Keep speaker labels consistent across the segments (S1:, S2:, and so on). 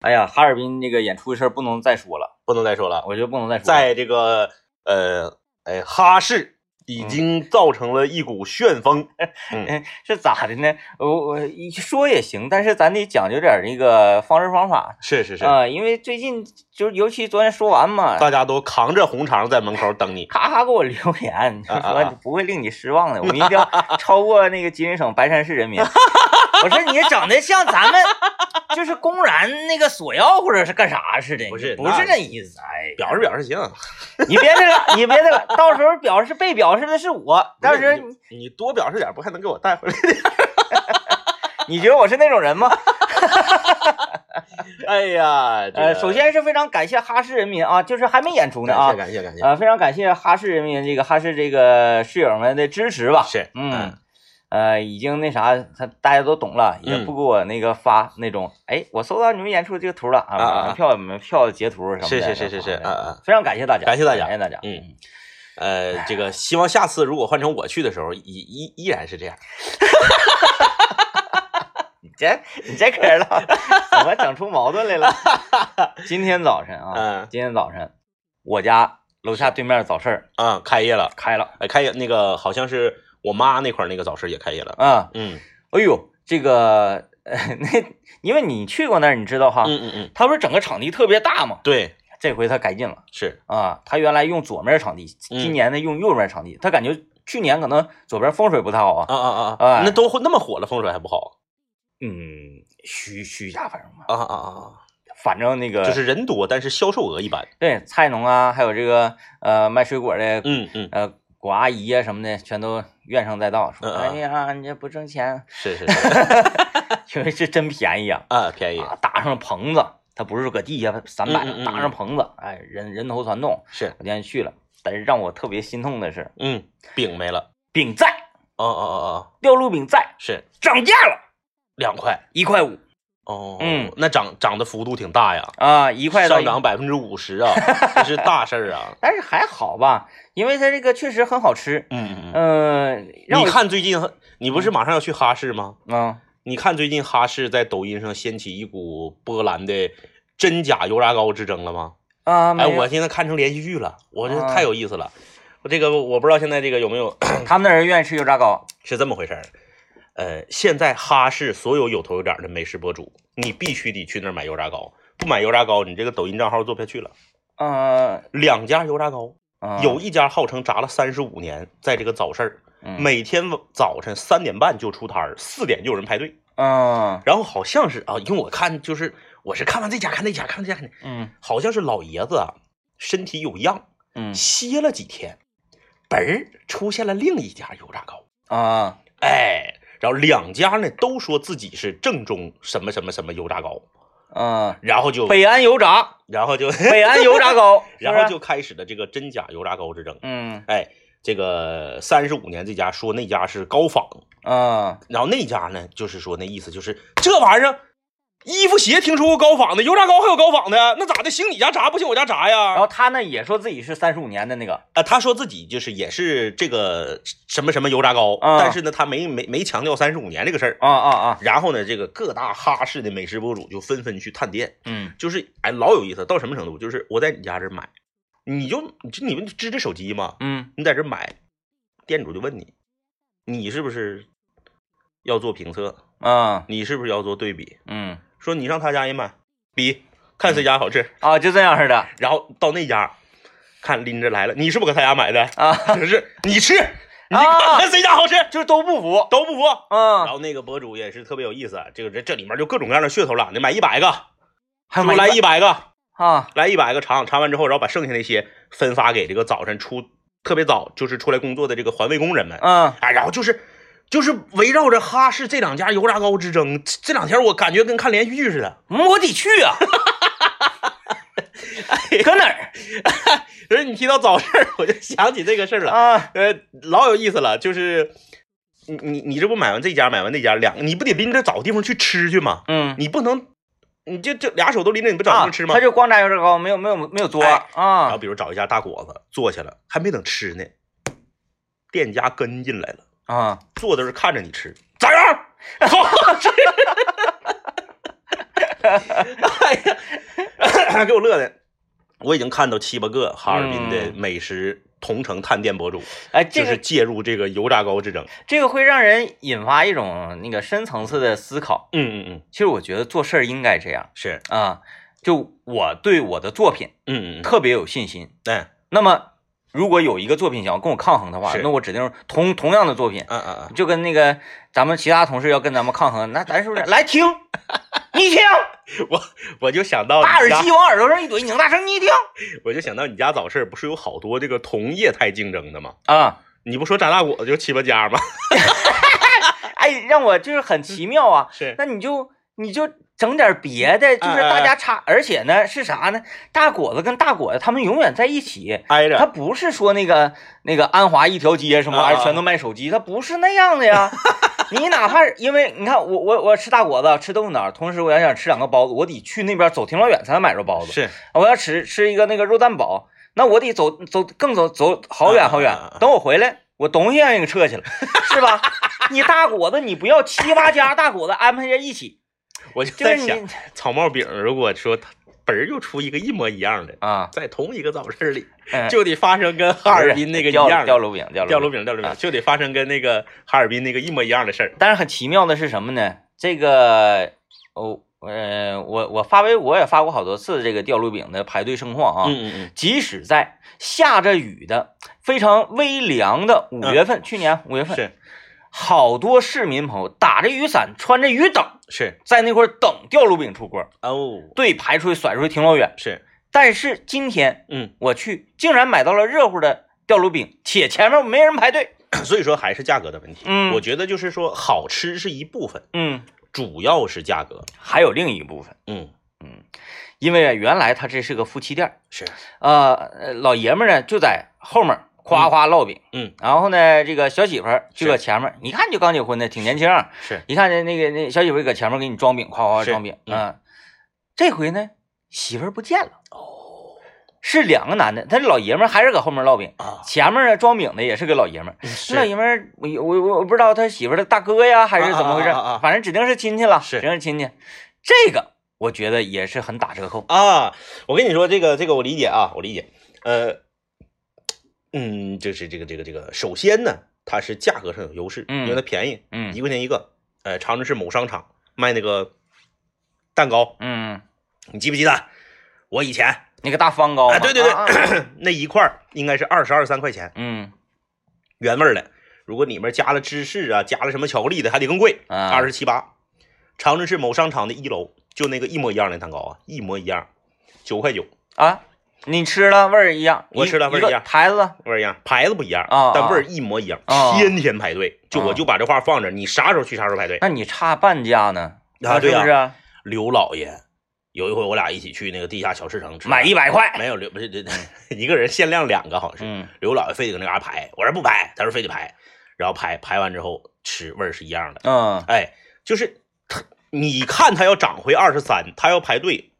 S1: 哎呀，哈尔滨那个演出的事儿不能再说了，
S2: 不能再说了。
S1: 我觉得不能再说了。
S2: 在这个呃，哎，哈市已经造成了一股旋风。
S1: 是咋的呢？我我一说也行，但是咱得讲究点儿那个方式方法
S2: 是是是，
S1: 啊、因为最近就是尤其昨天说完嘛，
S2: 呃大家都扛着红肠在门口等你。
S1: 咔咔给我留言，就
S2: 啊啊
S1: 说
S2: 啊
S1: 不会令你失望的，我们一定要超过那个吉林省白山市人民。 我说你整的像咱们就是公然那个索要或者是干啥似的，
S2: 不是
S1: 不是
S2: 那
S1: 那意思，哎，
S2: 表示表示行，
S1: 你别这个，你别这个，到时候表示被表示的是我，到时候你
S2: 你你多表示点，不还能给我带回来？
S1: 你觉得我是那种人吗？
S2: 哎呀，这
S1: 呃，
S2: 个
S1: 首先是非常感谢哈市人民啊，就是还没演出呢
S2: 感
S1: 啊
S2: 谢，感谢感谢，
S1: 呃，非常感谢哈市人民这个哈市这个室友们的支持吧。
S2: 是哎
S1: 嗯，呃，已经那啥，他大家都懂了，也
S2: 嗯
S1: 不给我那个发那种，哎，我搜到你们演出这个图了啊，
S2: 啊啊啊
S1: 买门票门票截图什么的。
S2: 是是是是是，
S1: 啊
S2: 啊啊。
S1: 非常感谢大家，
S2: 感谢大家
S1: 感谢大家。
S2: 嗯，呃，这个希望下次如果换成我去的时候，依依依然是这样。
S1: 你这你这嗑了，怎么整出矛盾来了？ 今天早晨啊，
S2: 嗯
S1: 今天早晨我家楼下对面早市儿
S2: 啊、开业了，
S1: 开了，
S2: 哎，开业那个好像是我妈那块儿那个早市也开业了。
S1: 嗯，
S2: 嗯
S1: 哎呦，这个 呃，那因为你去过那儿，你知道哈，
S2: 嗯嗯嗯，
S1: 他不是整个场地特别大嘛？
S2: 对，
S1: 这回他改进了
S2: 是
S1: 啊，他原来用左面场地，
S2: 嗯
S1: 今年呢用右面场地。他感觉去年可能左边风水不太好啊，
S2: 啊啊啊
S1: 哎
S2: 啊，那都那么火了，风水还不好
S1: 嗯，虚虚假繁荣嘛，
S2: 啊啊啊
S1: 反正那个
S2: 啊，就是人多，但是销售额一般。
S1: 对菜农啊，还有这个呃卖水果的、
S2: 嗯嗯，
S1: 呃果阿姨啊什么的，全都怨声载道，说、
S2: 嗯嗯
S1: 哎呀你这不挣钱，
S2: 是是 是
S1: 因为这真便宜啊，
S2: 啊，便宜
S1: 啊搭上棚子，他不是搁地下散摆，
S2: 嗯嗯嗯嗯
S1: 搭上棚子，哎人人头攒动，
S2: 是，
S1: 我今天去了，但是让我特别心痛的是
S2: 嗯，饼没了。
S1: 饼在。
S2: 哦哦哦哦，
S1: 吊炉饼在
S2: 是
S1: 涨价了，
S2: 两块。
S1: 一块五
S2: 哦，
S1: 嗯，
S2: 那涨涨的幅度挺大呀，
S1: 啊，一块到
S2: 上
S1: 一
S2: 涨百分之五十啊，这是大事儿啊。
S1: 但是还好吧，因为它这个确实很好吃。
S2: 嗯嗯嗯。
S1: 呃，让
S2: 你
S1: 我
S2: 看最近，你不是马上要去哈市吗？
S1: 啊，
S2: 你看最近哈市在抖音上掀起一股波澜的真假油炸糕之争了吗？
S1: 啊，
S2: 哎，
S1: 没有
S2: 我现在看成连续剧了，我这
S1: 啊
S2: 太有意思了。我这个我不知道现在这个有没有
S1: 他们那人愿意吃油炸糕，
S2: 是这么回事儿。呃，现在哈市所有有头有脸的美食博主，你必须得去那儿买油炸糕，不买油炸糕，你这个抖音账号做不下去了。
S1: 呃，
S2: 两家油炸糕，
S1: 啊
S2: 有一家号称炸了三十五年，在这个早市儿，
S1: 嗯
S2: 每天早晨三点半就出摊儿，四点就有人排队。
S1: 嗯
S2: 然后好像是啊，因为我看就是我是看完这家看那家看这家看那家，
S1: 嗯
S2: 好像是老爷子啊身体有恙，
S1: 嗯
S2: 歇了几天，本儿出现了另一家油炸糕，
S1: 啊
S2: 哎，然后两家呢都说自己是正宗什么什么什么油炸糕，
S1: 啊，
S2: 然后就
S1: 北安油炸，
S2: 然后就
S1: 北安油炸糕，是不
S2: 然后
S1: 是
S2: 就开始了这个真假油炸糕之争，
S1: 嗯
S2: 哎，这个三十五年这家说那家是高仿，
S1: 啊
S2: 然后那家呢，就是说那意思就是这玩意儿，衣服鞋听说过高仿的，油炸糕还有高仿的，那咋的？行你家炸不行我家炸
S1: 然
S2: 呀？
S1: 后他呢也说自己是三十五年的那个，
S2: 啊，他说自己就是也是这个什么什么油炸糕，
S1: 啊
S2: 但是呢他没没没强调三十五年这个事儿。
S1: 啊啊啊，
S2: 然后呢，这个各大哈市的美食博主就纷纷去探店，
S1: 嗯
S2: 就是哎老有意思，到什么程度？就是我在你家这儿买，你就你就你们支着手机嘛，
S1: 嗯
S2: 你在这儿买，店主就问你，你是不是要做评测？
S1: 啊
S2: 你是不是要做对比？
S1: 嗯
S2: 说你上他家也买，比看谁家好吃，
S1: 啊，就这样似的
S2: 然后到那家看拎着来了，你是不是搁他家买的？
S1: 啊，
S2: 是你吃，你看看谁家好吃，
S1: 就是都不服，
S2: 都不服。然
S1: 嗯，
S2: 后那个博主也是特别有意思，啊这个这这里面就各种各样的噱头了，你买一百个，
S1: 还有
S2: 说来
S1: 买
S2: 一百个，
S1: 啊，
S2: 来一百个尝，尝完之后，然后把剩下那些分发给这个早晨出特别早就是出来工作的这个环卫工人们。
S1: 嗯
S2: 哎，然后就是就是围绕着哈市这两家油炸糕之争，这这两天我感觉跟看连续剧似的。
S1: 嗯，我得去啊，搁哪 儿
S2: 所以你提到早市儿，我就想起这个事儿了。
S1: 啊？
S2: 呃，老有意思了，就是你你你这不买完这家买完那家，两个你不得拎着找地方去吃去吗？
S1: 嗯，
S2: 你不能，你这这俩手都拎着，你不找地
S1: 啊
S2: 方吃吗？
S1: 他就光炸油炸糕，没有没有没有桌
S2: 哎然后
S1: 啊
S2: 比如找一家大果子，坐下了，还没等吃呢，店家跟进来了，
S1: 啊！
S2: 坐在这儿看着你吃，咋样？好好吃。哎呀， 给我乐的，我已经看到七八个哈尔滨的
S1: 嗯
S2: 美食同城探店博主，
S1: 哎，这
S2: 就
S1: 个、
S2: 是介入这个油炸糕之争。
S1: 这个会让人引发一种那个深层次的思考。
S2: 嗯嗯嗯，
S1: 其实我觉得做事儿应该这样
S2: 是，
S1: 啊，就我对我的作品
S2: 嗯嗯
S1: 特别有信心。
S2: 嗯，
S1: 那么如果有一个作品想要跟我抗衡的话，
S2: 是
S1: 那我指定同同样的作品，
S2: 嗯嗯嗯
S1: 就跟那个咱们其他同事要跟咱们抗衡，那咱是不是来听？你听，
S2: 嗯，我我就想到
S1: 把耳
S2: 你家，
S1: 机往耳朵上一怼，拧大声，你听
S2: 我就想到你家早市不是有好多这个同业态竞争的吗？
S1: 啊！
S2: 你不说炸大果就七八家吗？
S1: 哎，让我就是很奇妙啊。
S2: 是，
S1: 那你就你就整点别的，就是大家差，而且呢是啥呢？大果子跟大果子他们永远在一起，
S2: 挨
S1: 他
S2: 着，
S1: 不是说那个那个安华一条街什么玩意
S2: 啊
S1: 儿
S2: 啊
S1: 全都卖手机，他不是那样的呀。 你哪怕因为你看我我我吃大果子吃豆腐脑，同时我要想吃两个包子，我得去那边走挺老远才能买着包子。
S2: 是
S1: 我要吃吃一个那个肉蛋堡，那我得走走更走走好远好远
S2: 啊啊啊啊。
S1: 等我回来，我东西让人给撤去 了，是吧？你大果子你不要七八家大果子安排在一起，
S2: 我就
S1: 就
S2: 在
S1: 是
S2: 想，
S1: 你
S2: 草帽饼如果说它本儿又出一个一模一样的，
S1: 啊，
S2: 在同一个早市里，
S1: 嗯
S2: 就得发生跟哈尔滨那个一
S1: 掉
S2: 样
S1: 掉
S2: 的。
S1: 楼饼，掉
S2: 掉
S1: 楼
S2: 楼
S1: 饼。
S2: 饼，掉楼饼
S1: 啊，
S2: 就得发生跟那个哈尔滨那个一模一样的事儿。
S1: 但是很奇妙的是什么呢？这个哦，呃，我我发微博也发过好多次这个掉楼饼的排队盛况啊。
S2: 嗯嗯
S1: 即使在下着雨的非常微凉的五月份，去年五月
S2: 嗯，
S1: 份，
S2: 是
S1: 好多市民朋友打着雨伞，穿着雨伞，
S2: 是
S1: 在那块儿等掉炉饼出锅，
S2: 哦，
S1: 队排出去甩出去挺老远。
S2: 是
S1: 但是今天
S2: 嗯，
S1: 我去，竟然买到了热乎的掉炉饼，且前面没人排队。
S2: 所以说还是价格的问题。
S1: 嗯
S2: 我觉得就是说好吃是一部分，
S1: 嗯，
S2: 主要是价格。
S1: 还有另一部分，
S2: 嗯，
S1: 因为原来他这是个夫妻店儿，
S2: 是
S1: 呃，呃老爷们儿呢就在后面夸夸烙饼，
S2: 嗯，
S1: 然后呢，这个小媳妇儿就搁
S2: 是
S1: 前面儿，你看就刚结婚的，挺年轻儿，
S2: 是，
S1: 一看那那个那小媳妇儿搁前面给你装饼，夸夸
S2: 是
S1: 装饼，
S2: 嗯
S1: 啊这回呢媳妇儿不见了，哦，是两个男的，他老爷们儿还是搁后面烙饼，
S2: 啊，
S1: 前面呢装饼的也是个老爷们儿，
S2: 是
S1: 老爷们儿我我我我不知道他媳妇儿的大哥呀还是怎么回事，
S2: 啊啊啊啊啊
S1: 反正指定是亲戚了，
S2: 是
S1: 指定是亲戚，这个我觉得也是很打折扣，
S2: 啊，我跟你说这个这个我理解啊，我理解。呃，嗯，就是这个这个这个，首先呢，它是价格上有优势，
S1: 嗯
S2: 因为它便宜，
S1: 嗯
S2: 一块钱一个。呃，长春市某商场卖那个蛋糕，
S1: 嗯，
S2: 你记不记得？我以前
S1: 那个大方糕嘛、
S2: 啊，对对对，
S1: 啊 啊
S2: 那一块儿应该是二十二三块钱
S1: 嗯
S2: 原味儿的。如果里面加了芝士啊，加了什么巧克力的，还得更贵，
S1: 啊
S2: 二十七八。长春市某商场的一楼就那个一模一样的蛋糕啊，一模一样，九块九。
S1: 啊，你吃了味儿一样，
S2: 我
S1: 一
S2: 吃了味儿
S1: 个
S2: 一样
S1: 台子
S2: 味儿一样，牌子不一样
S1: 啊
S2: 但味儿一模一样，
S1: 啊
S2: 天天排队。就
S1: 啊
S2: 我就把这话放这，你啥时候去啥时候排队。
S1: 那你差半价呢？那
S2: 对
S1: 是不是啊？
S2: 刘老爷，有一回我俩一起去那个地下小市场吃饭，
S1: 买一百块，
S2: 没有刘不是这 一个人限量两个，好像是。
S1: 嗯
S2: 刘老爷非得搁那嘎排，我说不排，他说非得排，然后排排完之后吃味儿是一样的，
S1: 嗯
S2: 哎，就是他，你看他要涨回二十三，他要排队，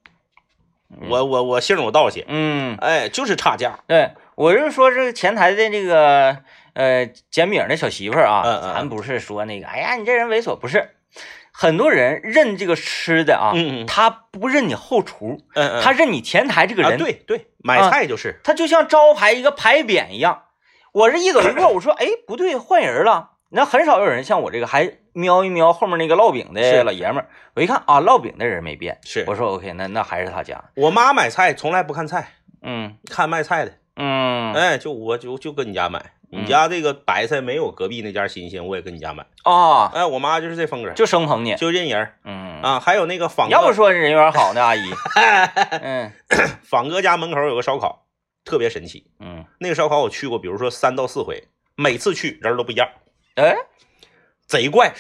S2: 我我我信儿我道去，
S1: 嗯，
S2: 哎，就是差价，
S1: 对，我是说这个前台的这个呃捡饼的小媳妇儿啊，
S2: 嗯嗯嗯
S1: 咱不是说那个，哎呀，你这人猥琐，不是。很多人认这个吃的啊，
S2: 嗯嗯
S1: 他不认你后厨，
S2: 嗯嗯，
S1: 他认你前台这个
S2: 啊
S1: 人。
S2: 对对，买
S1: 啊
S2: 菜就是，
S1: 他就像招牌一个牌匾一样。我这一走一过，我说，哎，不对，换人了。那很少有人像我这个还瞄一瞄后面那个烙饼
S2: 是
S1: 的老爷们儿。我一看啊，烙饼的人没变，
S2: 是
S1: 我说 OK，那那还是他家。
S2: 我妈买菜从来不看菜，
S1: 嗯
S2: 看卖菜的，
S1: 嗯
S2: 哎，就我就就跟你家买，
S1: 嗯
S2: 你家这个白菜没有隔壁那家新鲜，我也跟你家买。
S1: 啊，
S2: 哎，我妈就是这风格，
S1: 就生捧你。
S2: 就认人儿
S1: 嗯，
S2: 啊。还有那个仿
S1: 要不
S2: 哥，
S1: 说人缘好呢， 阿姨。嗯
S2: 仿哥家门口有个烧烤，特别神奇。
S1: 嗯，
S2: 那个烧烤我去过，比如说三到四回，每次去人都不一样，
S1: 哎，
S2: 贼怪。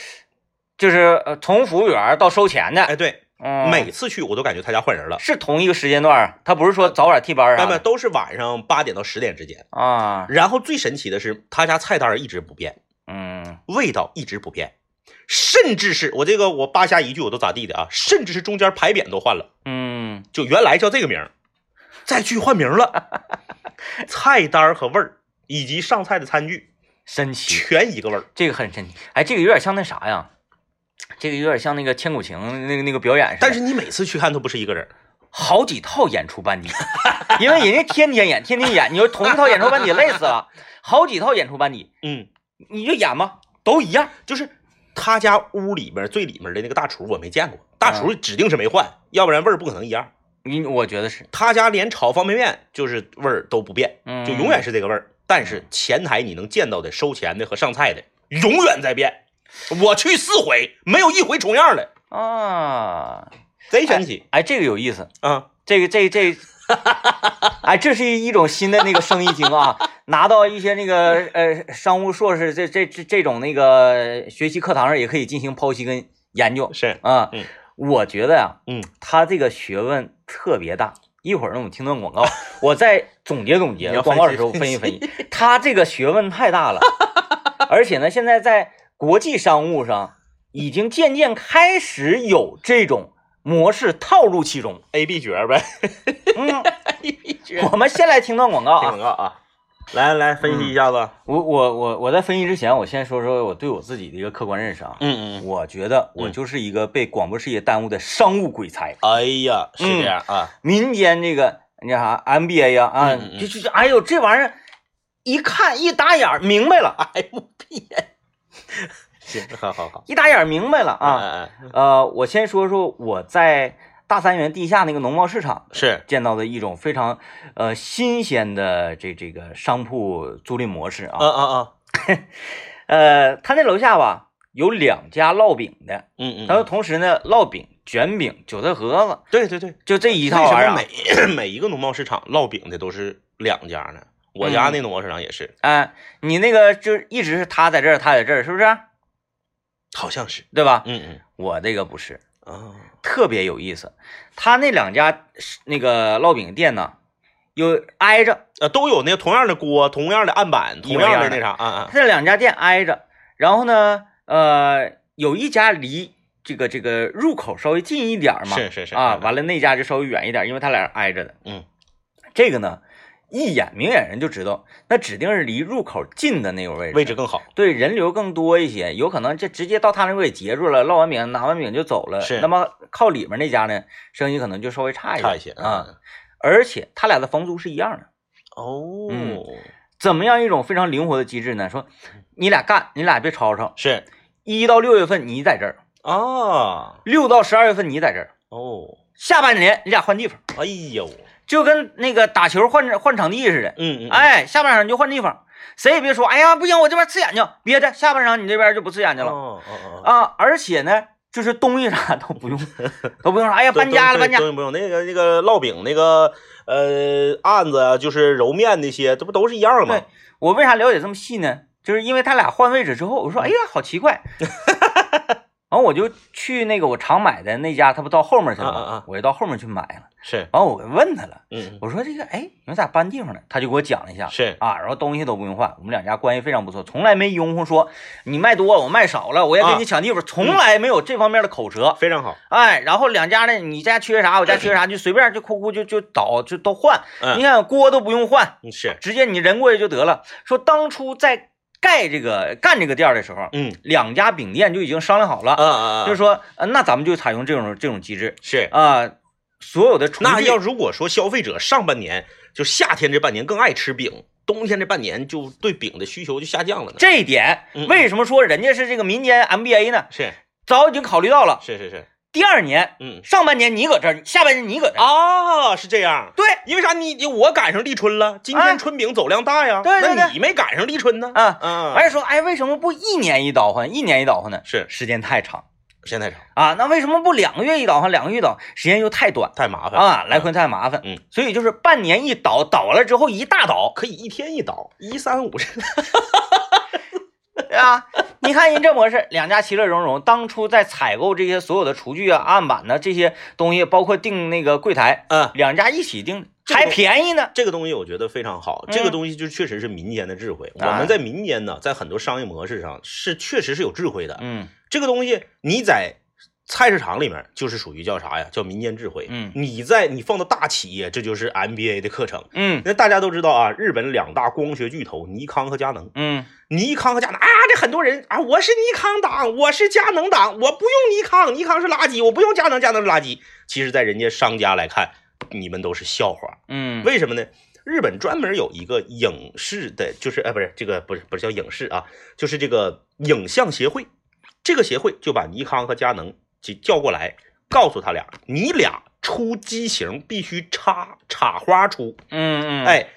S1: 就是呃，从服务员到收钱的，
S2: 哎，对，
S1: 嗯，
S2: 每次去我都感觉他家换人了。
S1: 是啊同一个时间段儿，他不是说早晚替班儿
S2: 那
S1: 啥
S2: 么
S1: 的
S2: 都是晚上八点到十点之间。
S1: 啊。
S2: 然后最神奇的是，他家菜单儿一直不变，
S1: 嗯
S2: 味道一直不变，甚至是我这个我扒瞎一句我都咋地的啊，甚至是中间牌匾都换了。
S1: 嗯，
S2: 就原来叫这个名儿，再去换名儿了，菜单儿和味儿以及上菜的餐具
S1: 神奇。
S2: 全一个味儿。
S1: 这个很神奇，哎，这个有点像那啥呀，这个有点像那个千古情那个那个表演似的，
S2: 但是你每次去看他不是一个人，
S1: 好几套演出班底， 因为人家天天演，天天演，你说同一套演出班底累死了，好几套演出班底，
S2: 嗯，
S1: 你就演吧，都一样，
S2: 就是他家屋里面最里面的那个大厨我没见过，大厨指定是没换，要不然味儿不可能一样。
S1: 你我觉得是，
S2: 他家连炒方便面就是味儿都不变，
S1: 嗯，
S2: 就永远是这个味儿。但是前台你能见到的收钱的和上菜的永远在变，我去四回，没有一回重样的，
S1: 啊，
S2: 贼神奇
S1: 哎，这个有意思，
S2: 啊！
S1: 这个这 这，哎，这是一种新的那个生意经啊！拿到一些那个呃商务硕士这这这这种那个学习课堂上也可以进行剖析跟研究
S2: 是，
S1: 啊。
S2: 嗯
S1: 我觉得呀、
S2: 嗯，
S1: 他这个学问特别大。一会儿呢，我们听段广 告，我再总结总
S2: 你
S1: 结
S2: 要
S1: 广告的
S2: 分析
S1: 时候分析分析。他这个学问太 大了，而且呢，现在在国际商务上已经渐渐开始有这种模式套入其中。
S2: A B 角 呗，
S1: 嗯，我们先来听段广告
S2: 听
S1: 啊
S2: 广！告啊！来来分析一下子，
S1: 我我我我在分析之前，我先说说我对我自己的一个客观认识啊。
S2: 嗯嗯，
S1: 我觉得我就是一个被广播事业耽误的商务鬼才，
S2: 哎呀，是这样啊，
S1: 民间这个那啥 MBA 呀啊，
S2: 嗯嗯嗯
S1: 就就哎呦这玩意儿，一看一打眼儿明白了，
S2: 哎我闭眼，行，嗯好好好
S1: 一打眼儿明白了啊。
S2: 啊，嗯嗯
S1: 呃，我先说说我在大三元地下那个农贸市场
S2: 是，
S1: 见到的一种非常呃新鲜的这这个商铺租赁模式啊。
S2: 啊啊啊，
S1: 呃，他那楼下吧有两家烙饼的，
S2: 嗯嗯，
S1: 然后同时呢，烙饼、卷饼、韭菜盒子，
S2: 对对对，
S1: 就这一
S2: 为
S1: 套玩意
S2: 什么
S1: 儿啊。
S2: 每 每一个农贸市场烙饼的都是两家呢？我家那农贸市场也是，
S1: 哎，你那个就一直是他在这儿，他在这儿，是不是？
S2: 好像是，
S1: 对吧？
S2: 嗯
S1: 我这个不是，
S2: 嗯
S1: 特别有意思。他那两家是那个烙饼店呢，又挨着，
S2: 啊，都有那同样的锅，同样的案板，
S1: 一模
S2: 同
S1: 一样
S2: 样
S1: 的
S2: 的那啥，啊啊，
S1: 这两家店挨着。然后呢，呃，有一家离这个这个入口稍微近一点儿嘛，
S2: 是是是
S1: 啊，
S2: 嗯
S1: 完了那家就稍微远一点，因为他俩挨着的。
S2: 嗯，
S1: 这个呢，一眼明眼人就知道，那指定是离入口近的那个位置，
S2: 位置更好，
S1: 对人流更多一些，有可能就直接到他那块儿给截住了，烙完饼拿完饼就走了。
S2: 是
S1: 那么靠里面那家呢，生意可能就稍微差一点
S2: 差一些
S1: 啊。。而且他俩的房租是一样的。
S2: 哦，
S1: 嗯怎么样一种非常灵活的机制呢？说你俩干，你俩别吵吵，
S2: 是
S1: 一到六月份你在这儿，
S2: 啊，
S1: 六到十二月份你在这儿，
S2: 哦，
S1: 下半年你俩换地方，
S2: 哎呦，
S1: 就跟那个打球换换场地似的。
S2: 嗯嗯，嗯，
S1: 哎，下半场你就换地方，谁也别说，哎呀，不行，我这边刺眼睛，别的，下半场你这边就不刺眼睛了、
S2: 哦哦哦，
S1: 啊。而且呢，就是东西啥都不用，都不用说，哎呀，
S2: 对
S1: 搬家了，
S2: 对
S1: 搬家
S2: 对，不用那个那个烙饼那个呃案子啊，就是揉面那些，这不都是一样吗
S1: 对？我为啥了解这么细呢？就是因为他俩换位置之后，我
S2: 嗯
S1: 说哎呀，好奇怪。 然后我就去那个我常买的那家，他不到后面去了吗？
S2: 啊啊啊
S1: 我就到后面去买了。
S2: 是，
S1: 完我问他了，
S2: 嗯
S1: 我说这个哎，你们咋搬地方呢？他就给我讲了一下
S2: 嗯，是，
S1: 啊，然后东西都不用换，我们两家关系非常不错，从来没拥护说你卖多我卖少了，我要跟
S2: 啊
S1: 你抢地方，
S2: 嗯
S1: 从来没有这方面的口舌。
S2: 非常好，
S1: 哎，然后两家呢，你家缺啥，我家缺啥，就随便就哭哭就就倒就都换。
S2: 嗯
S1: 你看锅都不用换，
S2: 嗯是，
S1: 直接你人过去就得了。说当初在盖这个干这个店儿的时候，
S2: 嗯
S1: 两家饼店就已经商量好了，
S2: 啊啊，
S1: 就是说、呃那咱们就采用这种这种机制
S2: 是。
S1: 啊、所有的厨
S2: 那
S1: 具
S2: 要如果说消费者上半年就夏天这半年更爱吃饼，冬天这半年就对饼的需求就下降了呢？
S1: 这一点
S2: 嗯嗯，
S1: 为什么说人家是这个民间 MBA 呢？
S2: 是
S1: 早已经考虑到了。
S2: 是是是，
S1: 第二年
S2: 嗯
S1: 上半年你搁这儿，下半年你搁这儿。
S2: 啊，是这样。
S1: 对
S2: 因为啥你？你我赶上立春了，今
S1: 哎
S2: 天春饼走量大呀。
S1: 对对
S2: 那
S1: 对
S2: 你没赶上立春呢？
S1: 啊，
S2: 嗯，
S1: 而且说，哎，为什么不一年一倒换，一年一倒换呢？
S2: 是
S1: 时间太长
S2: 时间太长，
S1: 啊。那为什么不两个月一倒换，两个月一倒，时间又太短
S2: 太麻烦
S1: 啊，来回太麻烦。
S2: 嗯，
S1: 所以就是半年一倒，倒了之后一大 倒
S2: 可以一天一倒，一三五是
S1: 啊。 你看人这模式，两家其乐融融。当初在采购这些所有的厨具啊、案板呢这些东西，包括订那个柜台，
S2: 嗯。
S1: 两家一起订，
S2: 这个
S1: 还便宜呢。
S2: 这个东西我觉得非常好，
S1: 嗯
S2: 这个东西就确实是民间的智慧。
S1: 啊
S2: 我们在民间呢，在很多商业模式上是确实是有智慧的。
S1: 嗯
S2: 这个东西你在菜市场里面就是属于叫啥呀？叫民间智慧。
S1: 嗯
S2: 你在你放到大企业，这就是 MBA 的课程。
S1: 嗯
S2: 那大家都知道啊，日本两大光学巨头尼康和佳能，
S1: 嗯
S2: 尼康和佳能啊，这很多人啊，我是尼康党，我是佳能党，我不用尼康，尼康是垃圾，我不用佳能，佳能是垃圾。其实，在人家商家来看，你们都是笑话。
S1: 嗯，
S2: 为什么呢？日本专门有一个影视的，就是哎，不是这个，不是不是叫影视啊，就是这个影像协会。这个协会就把尼康和佳能就叫过来，告诉他俩，你俩出机型必须插插花出。
S1: 嗯嗯，，
S2: 哎，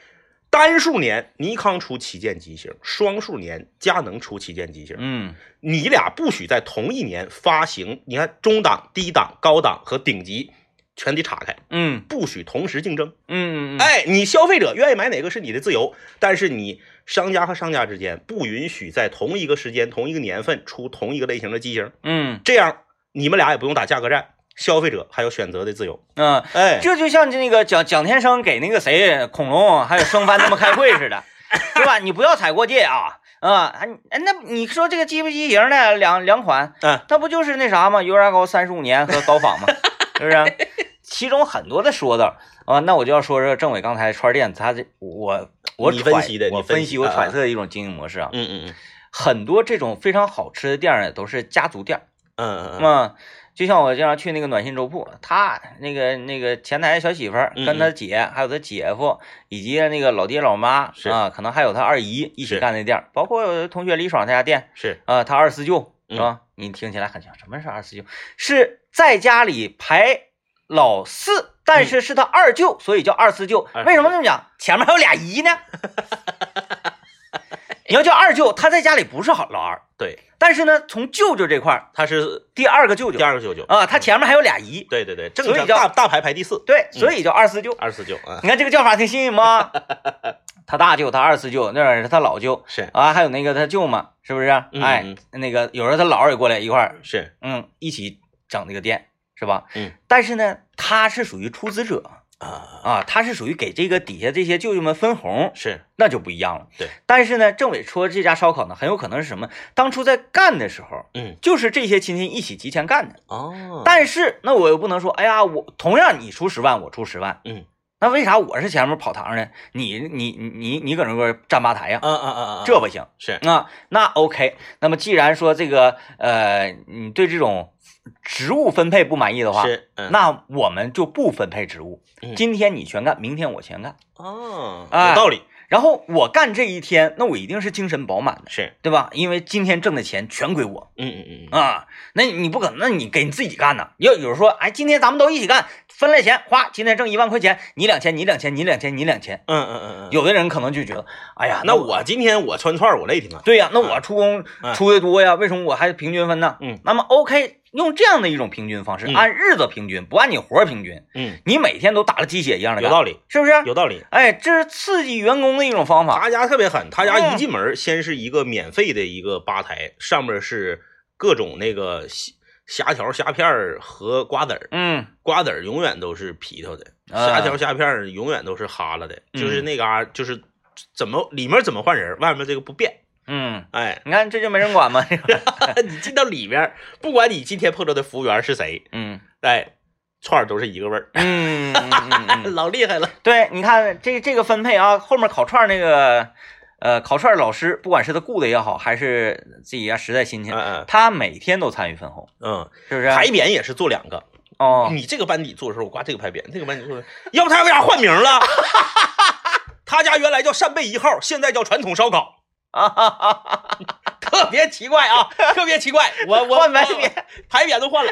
S2: 单数年尼康出旗舰机型，双数年佳能出旗舰机型。
S1: 嗯
S2: 你俩不许在同一年发行，你看中档、低档、高档和顶级全得岔开，
S1: 嗯
S2: 不许同时竞争。
S1: 嗯嗯，
S2: 哎，你消费者愿意买哪个是你的自由，但是你商家和商家之间不允许在同一个时间、同一个年份出同一个类型的机型，
S1: 嗯
S2: 这样你们俩也不用打价格战，消费者还有选择的自由。
S1: 嗯，
S2: 哎，
S1: 这就像那个蒋蒋天生给那个谁恐龙还有生番他们开会似 的，对吧？你不要踩过界啊啊！哎、那你说这个畸不畸形呢？两两款，
S2: 嗯，
S1: 它不就是那啥吗？油炸糕三十五年和高 仿吗？是不是？其中很多的说道啊，那我就要说说政委刚才川店他这我我
S2: 你
S1: 揣
S2: 分析的
S1: 我
S2: 你分
S1: 分
S2: 析
S1: 析我
S2: 啊
S1: 揣测的一种经营模式啊，
S2: 嗯嗯嗯
S1: 很多这种非常好吃的店儿呢都是家族店儿。
S2: 嗯嗯嗯，
S1: 嗯，就像我经常去那个暖心粥铺，他那个那个前台小媳妇儿
S2: 嗯
S1: 跟他姐、还有他姐夫以及那个老爹老妈
S2: 是
S1: 啊，可能还有他二姨一起
S2: 是
S1: 干那店儿，包括有同学李爽他家店
S2: 是
S1: 啊，他二四舅
S2: 嗯
S1: 是吧？你听起来很像什么是二四舅？是在家里排老四。但是是他二舅，所以叫二四舅
S2: 嗯二。四
S1: 为什么这么讲？前面还有俩姨呢。 你要叫二舅，他在家里不是好老二，
S2: 对，
S1: 但是呢，从舅舅这块儿，
S2: 他是
S1: 第二个舅舅
S2: 第，二个舅舅，
S1: 啊，他前面还有俩姨，
S2: 对对对，正
S1: 所以
S2: 常
S1: 叫
S2: 大大牌排第四，
S1: 对，所以叫二四舅。
S2: 二四九啊，
S1: 你看这个叫法挺新颖吧？他大舅，他二四舅，那玩意儿是他老舅
S2: 是
S1: 啊，还有那个他舅嘛，是不是？
S2: 嗯
S1: 哎，那个有时候他姥儿也过来一块儿，
S2: 是，
S1: 嗯，一起整这个店，是吧？
S2: 嗯。
S1: 但是呢，他是属于出资者
S2: 啊
S1: 啊，他是属于给这个底下这些舅舅们分红，
S2: 是，
S1: 那就不一样了。
S2: 对。
S1: 但是呢，政委说这家烧烤呢，很有可能是什么？当初在干的时候，
S2: 嗯
S1: 就是这些亲戚一起集钱干的。
S2: 哦，
S1: 但是那我又不能说，哎呀，我同样你出十万，我出十万，
S2: 嗯，
S1: 那为啥我是前面跑堂呢？你你你你你搁那块儿站吧台呀、
S2: 啊啊啊啊，
S1: 这不行。
S2: 是
S1: 啊，那 OK。那么既然说这个呃，你对这种职务分配不满意的话，
S2: 是，嗯
S1: 那我们就不分配职务。
S2: 嗯
S1: 今天你全干，明天我全干。
S2: 哦，
S1: 哎
S2: 有道理，
S1: 然后我干这一天，那我一定是精神饱满的，
S2: 是，
S1: 对吧？因为今天挣的钱全归我。
S2: 嗯嗯嗯嗯，
S1: 啊，那你不可能，那你给你自己干呐。要有人说，哎，今天咱们都一起干，分了钱花，今天挣一万块钱，你两千，你两千，你两千，你两千。
S2: 嗯嗯嗯嗯，
S1: 有的人可能就觉得，哎呀，
S2: 那
S1: 我
S2: 我今天我穿串儿我累挺啊，
S1: 对呀，那我出工
S2: 嗯
S1: 出的多呀，为什么我还平均分呢？
S2: 嗯，
S1: 那么 OK，用这样的一种平均方式，
S2: 嗯
S1: 按日子平均，不按你活儿平均，
S2: 嗯，
S1: 你每天都打了鸡血一样的
S2: 有
S1: 干，
S2: 道理，
S1: 是不是？
S2: 有道理。
S1: 哎，这是刺激员工的一种方法。
S2: 他家特别狠，他家
S1: 嗯
S2: 一进门先是一个免费的一个吧台，上面是各种那个虾虾条、虾片儿和瓜子儿，
S1: 嗯
S2: 瓜子儿永远都是皮头的，
S1: 啊
S2: 虾条、虾片儿永远都是哈拉的，
S1: 嗯
S2: 就是那嘎、就是怎么里面怎么换人，外面这个不变。
S1: 嗯，
S2: 哎，
S1: 你看这就没人管嘛。
S2: 你进到里边儿，不管你今天碰着的服务员是谁，
S1: 嗯
S2: 哎，串儿都是一个味儿，
S1: 嗯嗯嗯嗯嗯。
S2: 老厉害了。
S1: 对，你看这这个分配啊，后面烤串儿那个，呃，烤串儿老师，不管是他雇的也好，还是自己家啊实在辛勤，
S2: 嗯
S1: 他每天都参与分红，
S2: 嗯
S1: 是不是？啊
S2: 嗯，牌匾也是做两个，
S1: 哦，
S2: 你这个班底做的时候，我挂这个牌匾，那个班底做的，要不他为啥换名了？ 他家原来叫扇贝一号，现在叫传统烧烤，
S1: 啊哈哈哈，
S2: 特别奇怪啊，特别奇怪。我我
S1: 换牌匾，
S2: 牌匾都换了。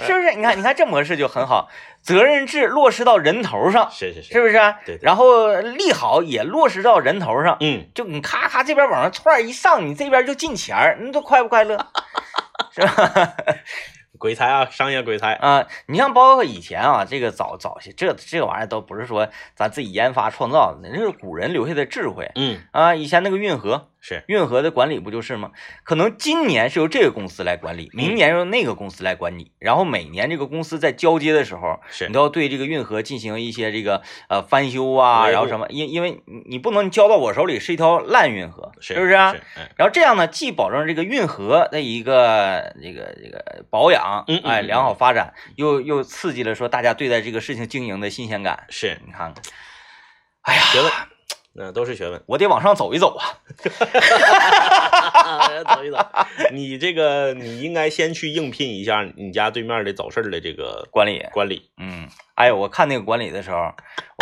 S1: 是不是？你看，你看这模式就很好，责任制落实到人头上，
S2: 是是是，
S1: 是不是啊？
S2: 对对
S1: 然后利好也落实到人头上，
S2: 嗯，
S1: 就你咔咔这边往上串儿一上，你这边就进钱儿，你多快不快乐？ 是吧？
S2: 鬼才啊，商业鬼才。
S1: 啊、你像包括以前啊，这个早早些，这这个玩意儿都不是说咱自己研发创造的，那是古人留下的智慧
S2: 嗯，
S1: 啊。以前那个运河，
S2: 是
S1: 运河的管理不就是吗？可能今年是由这个公司来管理，明年由那个公司来管理，然后每年这个公司在交接的时候，
S2: 是
S1: 你都要对这个运河进行一些这个呃翻修啊，
S2: 维护
S1: 然后什么，因因为你你不能交到我手里是一条烂运河，
S2: 是
S1: 不是啊？
S2: 嗯
S1: 然后这样呢，既保证这个运河的一个这个这个保养，
S2: 嗯嗯
S1: 哎，
S2: 嗯
S1: 良好发展，又又刺激了说大家对待这个事情经营的新鲜感。
S2: 是，
S1: 你看看，
S2: 行了，那、都是学 问。
S1: 我得往上走一走啊。
S2: 等一等， 你这个你应该先去应聘一下你家对面的早市儿的这个
S1: 管理，
S2: 管理。
S1: 嗯，哎呦，我看那个管理的时候，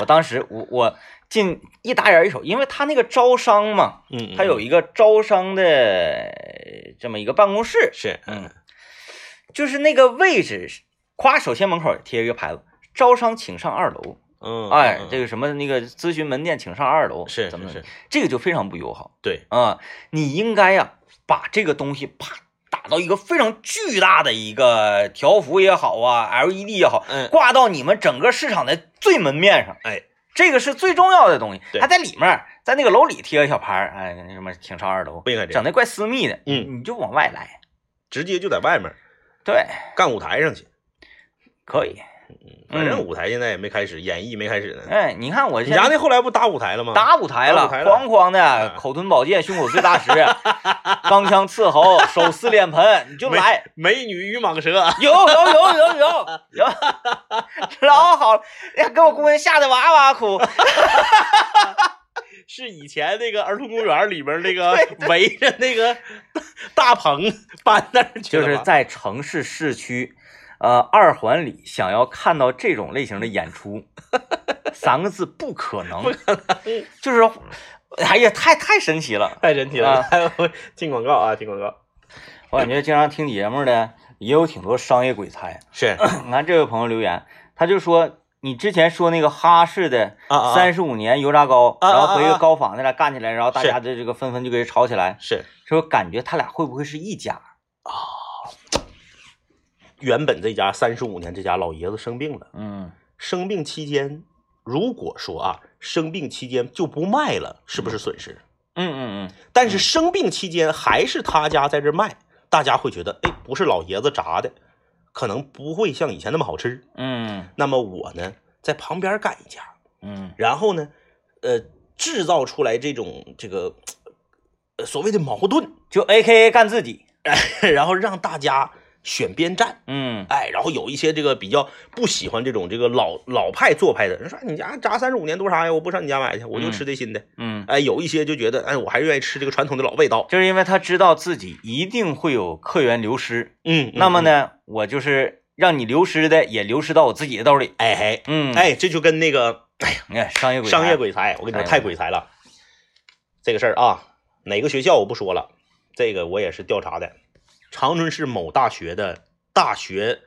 S1: 我当时我我进一打眼一瞅，因为他那个招商嘛，
S2: 嗯，
S1: 他有
S2: 一
S1: 一个招商的呃这么一个办公室，
S2: 是嗯
S1: 嗯，就是那个位置是，夸，首先门口贴一个牌子。招商请上二楼，
S2: 嗯，
S1: 哎
S2: 嗯，
S1: 这个什么那个咨询门店请上二楼，
S2: 是
S1: 怎么
S2: 是
S1: 怎
S2: 是
S1: 么，这个就非常不友好
S2: 对，
S1: 啊、你应该呀、把这个东西啪打到一个非常巨大的一个条幅也好啊，LED 也好，
S2: 嗯
S1: 挂到你们整个市场的最门面上。
S2: 哎，
S1: 这个是最重要的东西。
S2: 对
S1: 它在里面儿，在那个楼里贴个小牌儿，哎，那什么请上二楼
S2: 不，应该这
S1: 整
S2: 样，
S1: 的怪私密的。
S2: 嗯，
S1: 你就往外来，
S2: 直接就在外面儿
S1: 对，
S2: 干舞台上去。
S1: 可以。
S2: 反正
S1: 嗯
S2: 舞台现在也没开始，演绎没开始呢。
S1: 哎，你看我
S2: 你
S1: 现
S2: 家
S1: 在
S2: 那后来不搭舞台了吗？
S1: 打舞台了
S2: 嗯打舞台，了
S1: 哐哐的
S2: 嗯，
S1: 口吞宝剑，胸口碎大 石，钢枪刺喉，手撕脸盆，你就
S2: 没
S1: 来。
S2: 美女与蟒蛇，啊
S1: 有有有有有 有，老好了，哎呀，给我姑娘吓得哇哇 哭。
S2: 是以前那个儿童公园里边那个围着那个大棚搬那儿去
S1: 就
S2: 了
S1: 是
S2: 吧
S1: 在城市市区，呃，二环里想要看到这种类型的演 出，三个字不可能，就是，哎呀，太太神奇了！
S2: 太神奇了！还 有进广告啊，进广告
S1: 我感觉经常听节目的也有挺多商业鬼才。
S2: 是啊
S1: 你啊看这位朋友留言，他就说你之前说那个哈市的
S2: 啊啊
S1: 三十五年油炸糕，
S2: 啊啊啊
S1: 然后和一
S2: 啊
S1: 个
S2: 啊
S1: 高仿那俩干起来，然后大
S2: 是
S1: 家的这个纷纷就给吵起来，
S2: 是
S1: 说感觉他俩会不会是一家？
S2: 原本这家三十五年这家老爷子生病了，
S1: 嗯，
S2: 生病期间如果说啊生病期间就不卖了，是不是损失？
S1: 嗯嗯嗯，
S2: 但是生病期间还是他家在这儿卖，大家会觉得哎不是老爷子炸的，可能不会像以前那么好吃。
S1: 嗯
S2: 那么我呢在旁边干一家，
S1: 嗯
S2: 然后呢，呃，制造出来这种这个呃所谓的矛盾，
S1: 就 A K A 干自己。
S2: 然后让大家选边站。
S1: 嗯
S2: 哎，然后有一些这个比较不喜欢这种这个老老派做派的人说，你家炸三十五年多啥呀？我不上你家买去，我就吃这新的。
S1: 嗯，
S2: 哎，有一些就觉得，哎，我还愿意吃这个传统的老味道。
S1: 就是因为他知道自己一定会有客源流失，
S2: 嗯，
S1: 那么，呢，我就是让你流失的也流失到我自己的兜里。
S2: 哎嘿，
S1: 嗯，，
S2: 哎，这就跟那个哎
S1: 你看商业鬼，
S2: 商业，鬼才，我跟你说
S1: 哎
S2: 太鬼才了。这个事儿啊，哪个学校我不说了，这个我也是调查的。长春市某大学的大学，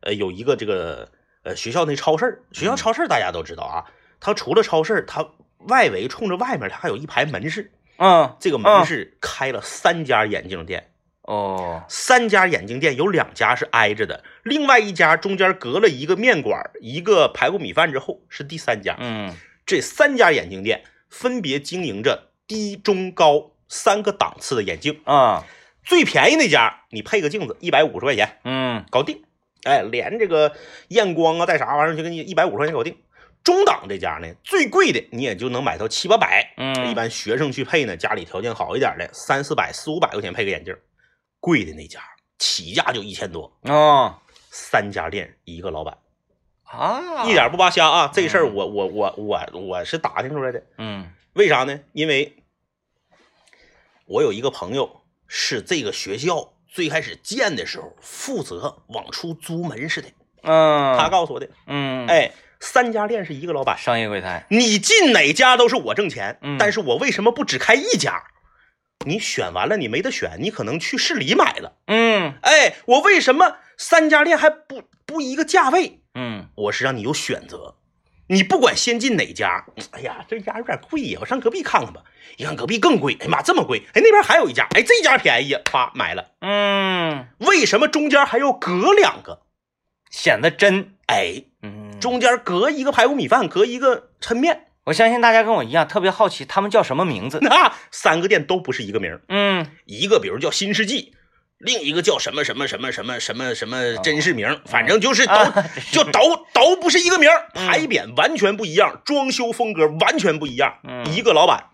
S2: 呃，有一个这个呃学校那超市儿，
S1: 嗯
S2: 学校超市儿大家都知道啊，它除了超市儿，它外围冲着外面，它还有一排门市。
S1: 嗯，
S2: 这个门市开了三家眼镜店，
S1: 哦，
S2: 三家眼镜店有两家是挨着的，另外一家中间隔了一个面馆儿，一个排骨米饭之后是第三家。
S1: 嗯
S2: 这三家眼镜店分别经营着低、中、高三个档次的眼镜。
S1: 啊，
S2: 最便宜那家，你配个镜子，一百五十块钱
S1: 嗯
S2: 搞定。哎，连这个验光啊，带啥玩意儿，就给你一百五十块钱搞定。中档这家呢，最贵的你也就能买到七八百。
S1: 嗯，
S2: 一般学生去配呢，家里条件好一点的，三四百、四五百块钱配个眼镜。贵的那家起价就一千多，
S1: 哦
S2: 三家店一个老板，
S1: 啊，
S2: 一，点不扒瞎啊！这事儿我我我我我是打听出来的。
S1: 嗯
S2: 为啥呢？因为我有一个朋友是这个学校最开始建的时候负责往出租门市的，
S1: 嗯，
S2: 他，告诉我的。
S1: 嗯，，
S2: 哎，三家店是一个老板，
S1: 商业鬼才，
S2: 你进哪家都是我挣钱，
S1: 嗯
S2: 但是我为什么不只开一家？你选完了，你没得选，你可能去市里买了。
S1: 嗯
S2: 哎，我为什么三家店还不不一个价位？
S1: 嗯
S2: 我是让你有选择，你不管先进哪家，嗯哎呀，这家有点贵呀，我上隔壁看看吧。一看隔壁更贵，哎呀妈，这么贵！哎，那边还有一家，哎，这家便宜呀，啪买了。
S1: 嗯，
S2: 为什么中间还要隔两个？
S1: 显得真，
S2: 哎，
S1: 嗯，
S2: 中间隔一个排骨米饭，隔一个抻面，
S1: 我相信大家跟我一样，特别好奇他们叫什么名字。
S2: 那三个店都不是一个名儿，
S1: 嗯
S2: 一个比如叫新世纪。另一个叫什么什么什么什么什么什么真是名儿，反正就是都、
S1: 哦啊
S2: 就都都不是一个名儿，
S1: 嗯
S2: 牌匾完全不一样，装修风格完全不一样，
S1: 嗯，
S2: 一个老板，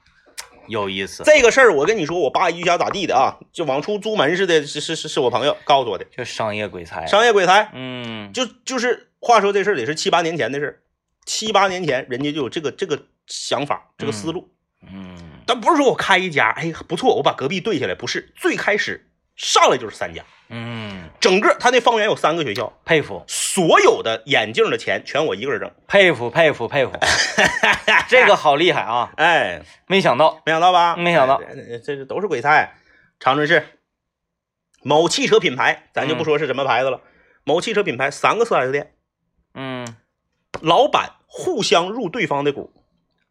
S1: 有意思，
S2: 这个事儿，我跟你说，我爸一家咋地的啊，就往出租门似的，是是是是我朋友告诉我的，
S1: 就商业鬼才，
S2: 商业鬼才，
S1: 嗯，
S2: 就就是话说这事儿得是七八年前的事儿，七八年前人家就有这个这个想法，这个思路，
S1: 嗯
S2: 但不是说我开一家，哎，不错，我把隔壁对下来，不是，最开始上来就是三家，
S1: 嗯，
S2: 整个他那方圆有三个学校，
S1: 佩服
S2: 所有的眼镜的钱全我一个人挣，
S1: 佩服佩服佩服， 这个好厉害啊！
S2: 哎，
S1: 没想到，
S2: 没想到吧？
S1: 没想到
S2: 哎这这这都是鬼菜。长春市某汽车品牌，咱就不说是什么牌子了，某汽车品牌三个 4S 店，
S1: 嗯，
S2: 老板互相入对方的股，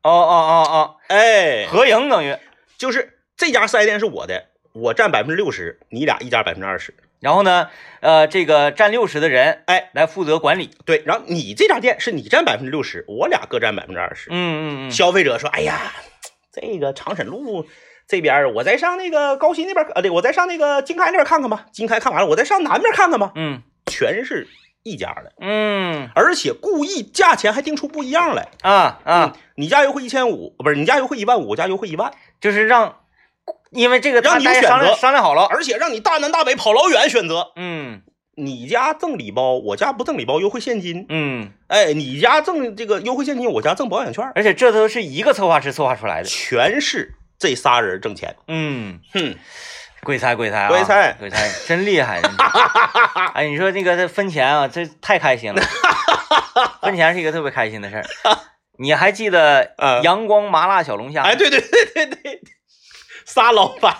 S1: 哦哦哦
S2: 哎
S1: 哦，，合营等于，
S2: 就是这家 4S 店是我的，我占百分之六十，你俩一家百分之二十，
S1: 然后呢，呃，这个占六十的人，
S2: 哎，
S1: 来负责管理。
S2: 对，然后你这家店是你占百分之六十，我俩各占百分之二十。
S1: 嗯嗯嗯，
S2: 消费者说：“哎呀，这个长沈路这边儿，我再上那个高新那边儿，呃，对，我再上那个经开那边儿看看吧。经开看完了，我再上南边儿看看吧。
S1: 嗯
S2: 全是一家的，
S1: 嗯
S2: 而且故意价钱还定出不一样来。
S1: 啊啊，
S2: 你家优惠一千五，不是你家优惠一万五，我家优惠一万，
S1: 就是让，因为这个
S2: 让
S1: 大
S2: 你有
S1: 家
S2: 选
S1: 商量
S2: 择
S1: 商量好了。
S2: 而且让你大南大北跑老远选择。
S1: 嗯
S2: 你家赠礼包，我家不赠礼包，优惠现金。
S1: 嗯，
S2: 哎，你家赠这个优惠现金，我家赠保险券儿，
S1: 而且这都是一个策划师策划出来的。
S2: 全是这仨人挣钱。
S1: 嗯，
S2: 哼，
S1: 鬼才鬼才啊，
S2: 鬼才
S1: 鬼才，真厉 害！哎，你说那个分钱啊，这太开 心了，分钱是一个特别开心的事儿。你还记得
S2: 呃
S1: 阳光麻辣小龙虾？
S2: 哎，对对对对对，仨老板。”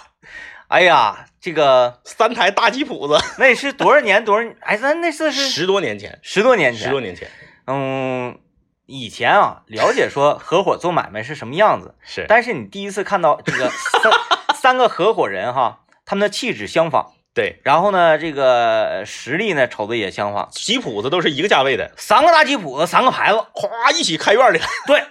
S1: 哎呀，这个
S2: 三台大吉普子，
S1: 那是多少年多少？哎，咱那次是
S2: 十多年前，
S1: 十多年
S2: 十
S1: 前
S2: 多。年前
S1: 嗯，以前啊，了解说合伙做买卖是什么样子，
S2: 是
S1: 但是你第一次看到这个三三个合伙人哈，他们的气质相仿，
S2: 对
S1: 然后呢，这个实力呢瞅着也相仿，
S2: 吉普子都是一个价位的，
S1: 三个大吉普子，三个牌子，
S2: 夸一起开院里，
S1: 对，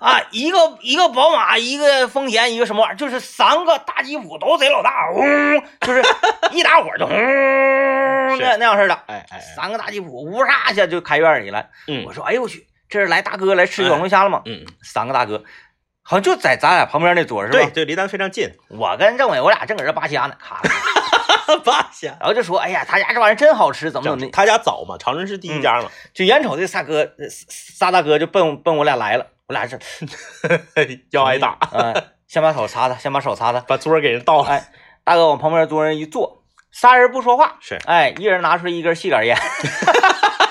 S1: 啊，一个一个宝马，一个丰田，一个什么玩意儿，就是三个大吉普都贼老大，嗡，就是一打火就嗡， 那那样式儿的，
S2: 嗯哎哎哎，
S1: 三个大吉普，呜嚓一下就开院里了。
S2: 嗯
S1: 我说，哎呦我去，这是来大哥来吃小龙虾了吗？
S2: 嗯，
S1: 三个大哥，好像就在咱俩旁边那桌是
S2: 对
S1: 吧？
S2: 对，离咱非常近，
S1: 我跟政委，我俩正搁这扒虾呢，咔，
S2: 八仙。
S1: 然后就说，哎呀，他家这玩意儿真好吃，怎么怎么的，
S2: 他家早嘛，长春是第一家嘛，
S1: 就眼瞅这仨哥，呃仨大哥就奔奔我俩来了，我俩是
S2: 要挨打，
S1: 嗯、先把手擦擦，先把手擦擦。
S2: 把桌给人倒了。
S1: 哎，大哥往旁边桌上一坐，仨人不说话，
S2: 是
S1: 哎，一人拿出来一根细杆烟，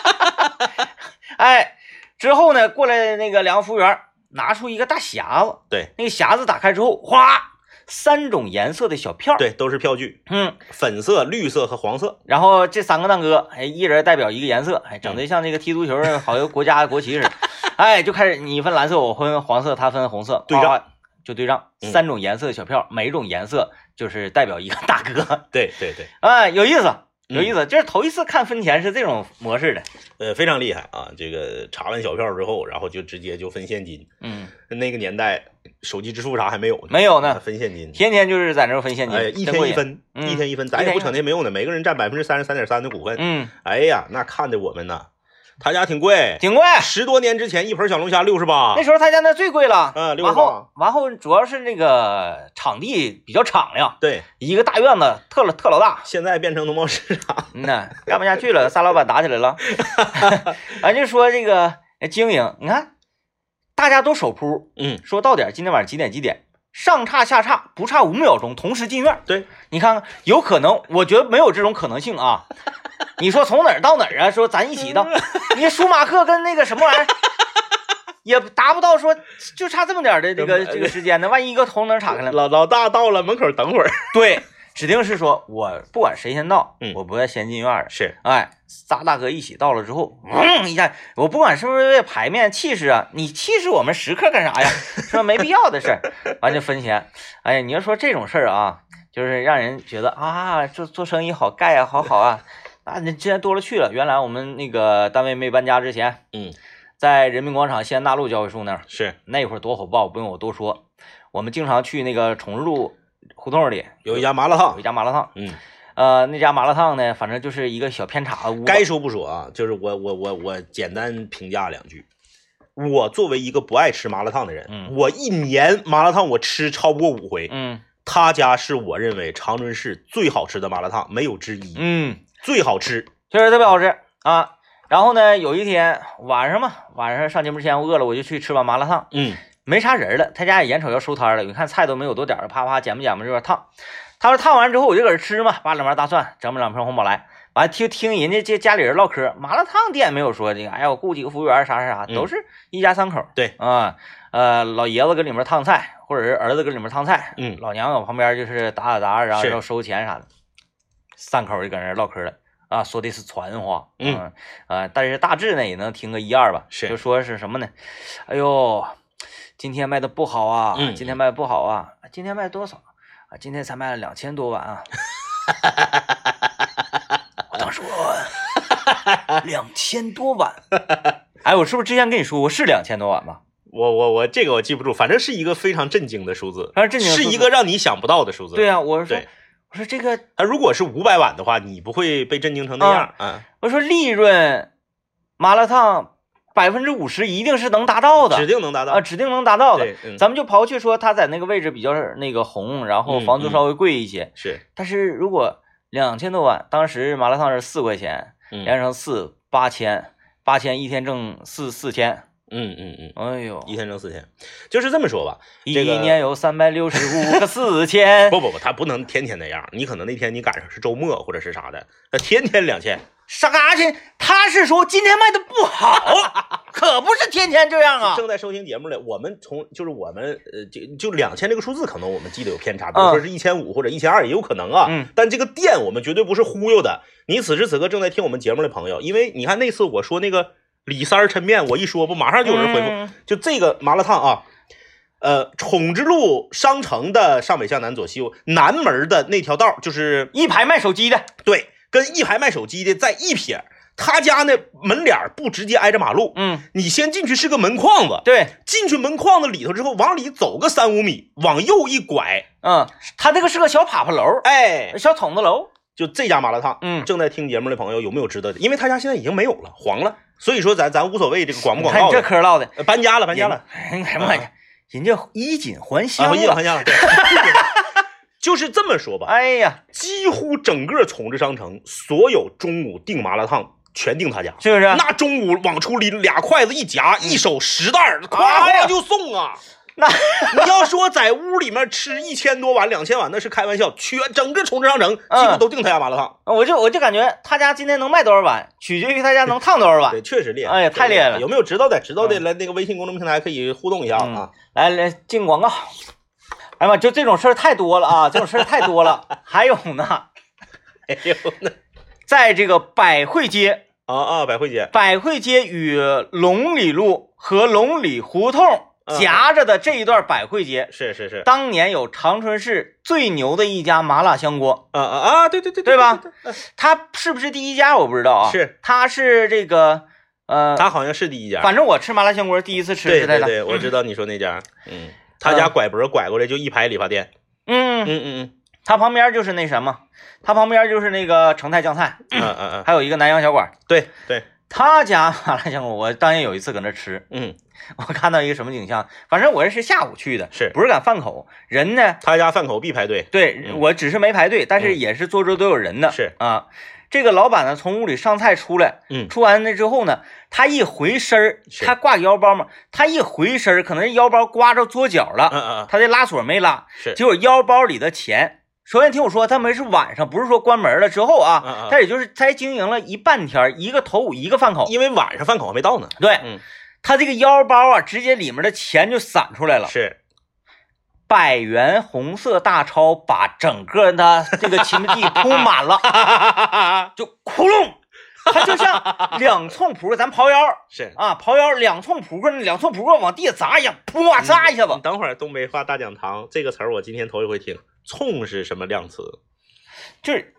S1: 哎，之后呢，过来那个两个服务员拿出一个大匣子，
S2: 对，
S1: 那个匣子打开之后，哗，三种颜色的小票，，
S2: 对，都是票据，
S1: 嗯，
S2: 粉色、绿色和黄色。
S1: 然后这三个大哥，哎，一人代表一个颜色，哎，
S2: 嗯
S1: 整的像那个踢足球的好像国家国旗似的，哎，就开始你分蓝色，我分黄色，他分红色，
S2: 对
S1: 哗哗就对账，
S2: 嗯
S1: 三种颜色的小票，每种颜色就是代表一个大哥，
S2: 对对对，
S1: 哎，有意思，有意思，
S2: 嗯
S1: 这是头一次看分钱是这种模式的，
S2: 呃，非常厉害啊！这个查完小票之后，然后就直接就分现金。
S1: 嗯，
S2: 那个年代手机支付啥还没有呢，
S1: 没有呢
S2: 分现金。
S1: 天天就是在那儿分现金，
S2: 哎，一
S1: 真过
S2: 天一
S1: 瘾，
S2: 分，
S1: 嗯
S2: 一天一分，咱也不扯那没用的，每个人占百分之三十三点三的股份。
S1: 嗯，
S2: 哎呀，那看的我们呐，他家挺贵，
S1: 挺贵，
S2: 十多年之前一盆小龙虾六十八
S1: 那，时候他家那最贵了，
S2: 嗯六
S1: 完
S2: 十
S1: 后
S2: 八
S1: 完后主要是那个场地比较敞亮，
S2: 对，
S1: 一个大院子特老特老大，
S2: 现在变成农贸市场，
S1: 嗯呐，干不下去了，仨老板打起来了， 咱就说这个经营，你看大家都守铺，
S2: 嗯，
S1: 说到点儿今天晚上几点几点。上差下差不差五秒钟，同时进院，
S2: 对，
S1: 你看看，有可能，我觉得没有这种可能性啊。你说从哪儿到哪儿啊？说咱一起 到，你舒马克跟那个什么玩意儿，也达不到说就差这么点儿的这 个这个时间呢。万一一个头能岔开了，
S2: 老老大到了门口等会儿，
S1: 对，指定是说我不管谁先到，
S2: 嗯
S1: 我不要先进院儿。
S2: 是
S1: 哎，仨大哥一起到了之后，嗯嗡一下，我不管是不是为了排面气势啊，你气势我们时刻干啥 呀？是吧？没必要的事儿，完就分钱。哎呀，你要说这种事儿啊，就是让人觉得啊，做做生意好干呀、好好啊。啊，你之前多了去了。原来我们那个单位没搬家之前，
S2: 嗯，
S1: 在人民广场西安大路交汇处那儿，
S2: 是，
S1: 那会儿多火爆，不用我多说。我们经常去那个崇日路胡同里
S2: 有一家麻辣
S1: 有
S2: 烫
S1: 一，家麻辣烫，
S2: 嗯，
S1: 呃，那家麻辣烫呢，反正就是一个小偏岔屋吧。
S2: 该说不说啊，就是我我我我简单评价两句。我作为一个不爱吃麻辣烫的人，
S1: 嗯
S2: 我一年麻辣烫我吃超不过五回。
S1: 嗯
S2: 他家是我认为长春市最好吃的麻辣烫，没有之一，
S1: 嗯，
S2: 最好吃。
S1: 确实特别好吃啊。然后呢，有一天晚上嘛，晚上上节目之前我饿了，我就去吃碗麻辣烫。
S2: 嗯，
S1: 没啥人了，他家也眼瞅要收摊了，你看菜都没有多点儿，啪啪捡吧捡吧这边烫。他说烫完之后我就搁这吃嘛，扒两瓣大蒜，整吧两瓶红宝来。完听听人家这家里人唠嗑，麻辣烫店没有说这个，哎呀我雇几个服务员啥啥啥，
S2: 嗯
S1: 都是一家三口。
S2: 对
S1: 啊，呃老爷子搁里面烫菜，或者是儿子搁里面烫菜，
S2: 嗯
S1: 老娘搁旁边就是打打杂，然后
S2: 是
S1: 然后收钱啥的，三口就搁那儿唠嗑了。啊，说的是传话，
S2: 嗯
S1: 啊、但是大致呢也能听个一二吧。
S2: 是
S1: 就说是什么呢？哎呦，今天卖的不好啊，
S2: 嗯
S1: 今天卖的不好啊，今天卖多少啊？今天才卖了两千多碗啊！我当时我两千多 碗，哎，我是不是之前跟你说过是两千多碗吧？
S2: 我我我这个我记不住，反正是一个非常震惊的数字，
S1: 反正震惊的
S2: 是
S1: 数字
S2: 一个让你想不到的数字。
S1: 对啊呀、我说
S2: 对
S1: 我说这个，
S2: 他如果是五百碗的话，你不会被震惊成那样啊，
S1: 我说利润麻辣烫百分之五十一定是能达到的，
S2: 指定能达
S1: 啊，
S2: 到。
S1: 指定能达到的。
S2: 对，嗯，
S1: 咱们就刨去说它在那个位置比较那个红，然后
S2: 嗯
S1: 房租
S2: 嗯
S1: 稍微贵一些，
S2: 是，
S1: 但是如果两千多碗，当时麻辣烫是四块钱，
S2: 嗯
S1: 连成四八千，八千一天挣四四千，
S2: 嗯嗯嗯，
S1: 哎呦，
S2: 一天挣四千，就是这么说吧。
S1: 一
S2: 这个
S1: 年有三百六十五个四千，
S2: 不不不，他不能天天那样，你可能那天你赶上是周末或者是啥的，那天天两千，
S1: 啥去？他是说今天卖的不好， 可不是天天这样啊。
S2: 正在收听节目的，我们从就是我们呃，就就两千这个数字，可能我们记得有偏差，比如说是一千五或者一千二也有可能啊。
S1: 嗯
S2: 但这个店我们绝对不是忽悠的。你此时此刻正在听我们节目的朋友，因为你看那次我说那个李三儿抻面，我一说不马上就有人回复，
S1: 嗯
S2: 就这个麻辣烫啊。呃，崇之路商城的上北向南左西右南门的那条道儿，就是
S1: 一排卖手机的，
S2: 对，跟一排卖手机的在一撇。他家那门脸儿不直接挨着马路，
S1: 嗯，
S2: 你先进去是个门框子，
S1: 对，
S2: 进去门框子里头之后，往里走个三五米，往右一拐，
S1: 嗯，他这个是个小粑粑楼，
S2: 哎，
S1: 小筒子楼，
S2: 就这家麻辣烫。
S1: 嗯
S2: 正在听节目的朋友有没有知道的？因为他家现在已经没有了，黄了，所以说咱咱无所谓这个广不
S1: 你
S2: 广
S1: 看
S2: 告
S1: 你这
S2: 的，
S1: 嗑唠的，
S2: 呃搬家了，搬家了，
S1: 人家，哎呀妈呀，人家衣锦还乡
S2: 啊，搬家了，
S1: 了，
S2: 搬家 了。对就是这么说吧，
S1: 哎呀，
S2: 几乎整个崇志商城所有中午订麻辣烫全订他家。
S1: 是不是？啊嗯
S2: 那中午往出拎俩筷子一夹，一手十袋儿，夸
S1: 哎呀
S2: 夸就送啊！
S1: 那
S2: 你要说在屋里面吃一千多碗、两千碗，那是开玩笑，全整个崇志商城
S1: 嗯
S2: 几乎都订他家麻辣烫。
S1: 我就我就感觉他家今天能卖多少碗，取决于他家能烫多少碗
S2: 对，。确实厉害，
S1: 哎呀
S2: 确实
S1: 太厉害了嗯
S2: 有没有知道的？知道的来那个微信公众平台可以互动一下啊。
S1: 来来，进广告。哎呀妈，就这种事儿太多了啊，这种事儿太多 了。还有呢，嗯
S2: 哎呦，那
S1: 在这个百汇街，
S2: 啊啊，百惠姐，
S1: 百汇街与龙里路和龙里胡同
S2: 嗯
S1: 夹着的这一段百汇街，
S2: 是 是是，
S1: 当年有长春市最牛的一家麻辣香锅，
S2: 啊啊啊，对对对
S1: 对吧？
S2: 对
S1: 它是不是第一家我不知道啊。
S2: 是，
S1: 它是这个呃，
S2: 他好像是第一家，
S1: 反正我吃麻辣香锅第一次吃
S2: 对
S1: 是在
S2: 对
S1: 那。
S2: 对，我知道你说那家，嗯，他家拐脖拐过来就一排理发店，
S1: 嗯，
S2: 嗯嗯
S1: 它旁边就是那什么，它旁边就是那个成泰酱菜，
S2: 嗯嗯嗯嗯，
S1: 还有一个南洋小馆。
S2: 对对，
S1: 他家麻辣香锅，我当年有一次搁那吃，
S2: 嗯，
S1: 我看到一个什么景象，反正我这是下午去的，
S2: 是
S1: 不是赶饭口？人呢？
S2: 他家饭口必排队，
S1: 对
S2: 嗯
S1: 我只是没排队，但是
S2: 嗯
S1: 也是桌桌都有人的。
S2: 是
S1: 啊，这个老板呢，从屋里上菜出来，
S2: 嗯
S1: 出完那之后呢，他一回身儿，
S2: 是
S1: 他挂腰包嘛，他一回身儿，可能是腰包刮着桌角了，
S2: 嗯嗯嗯，
S1: 他这拉锁没拉，
S2: 是
S1: 结果腰包里的钱，首先听我说，他们是晚上，不是说关门了之后
S2: 嗯
S1: 啊
S2: 嗯，
S1: 他也就是才经营了一半天儿，一个头五，一个饭口，
S2: 因为晚上饭口还没到呢，
S1: 对
S2: 嗯，
S1: 他这个腰包啊，直接里面的钱就散出来了，
S2: 是，
S1: 百元红色大钞把整个的这个芹菜地铺满了，
S2: 哈哈哈 哈，
S1: 就窟窿。它就像两寸扑克，咱刨腰
S2: 是。
S1: 啊，刨腰两寸扑克，两寸扑克往地下砸一下，噗嚓一下子，
S2: 等会儿东北话大讲堂这个词儿，我今天头一回听。冲是什么量词？
S1: 就是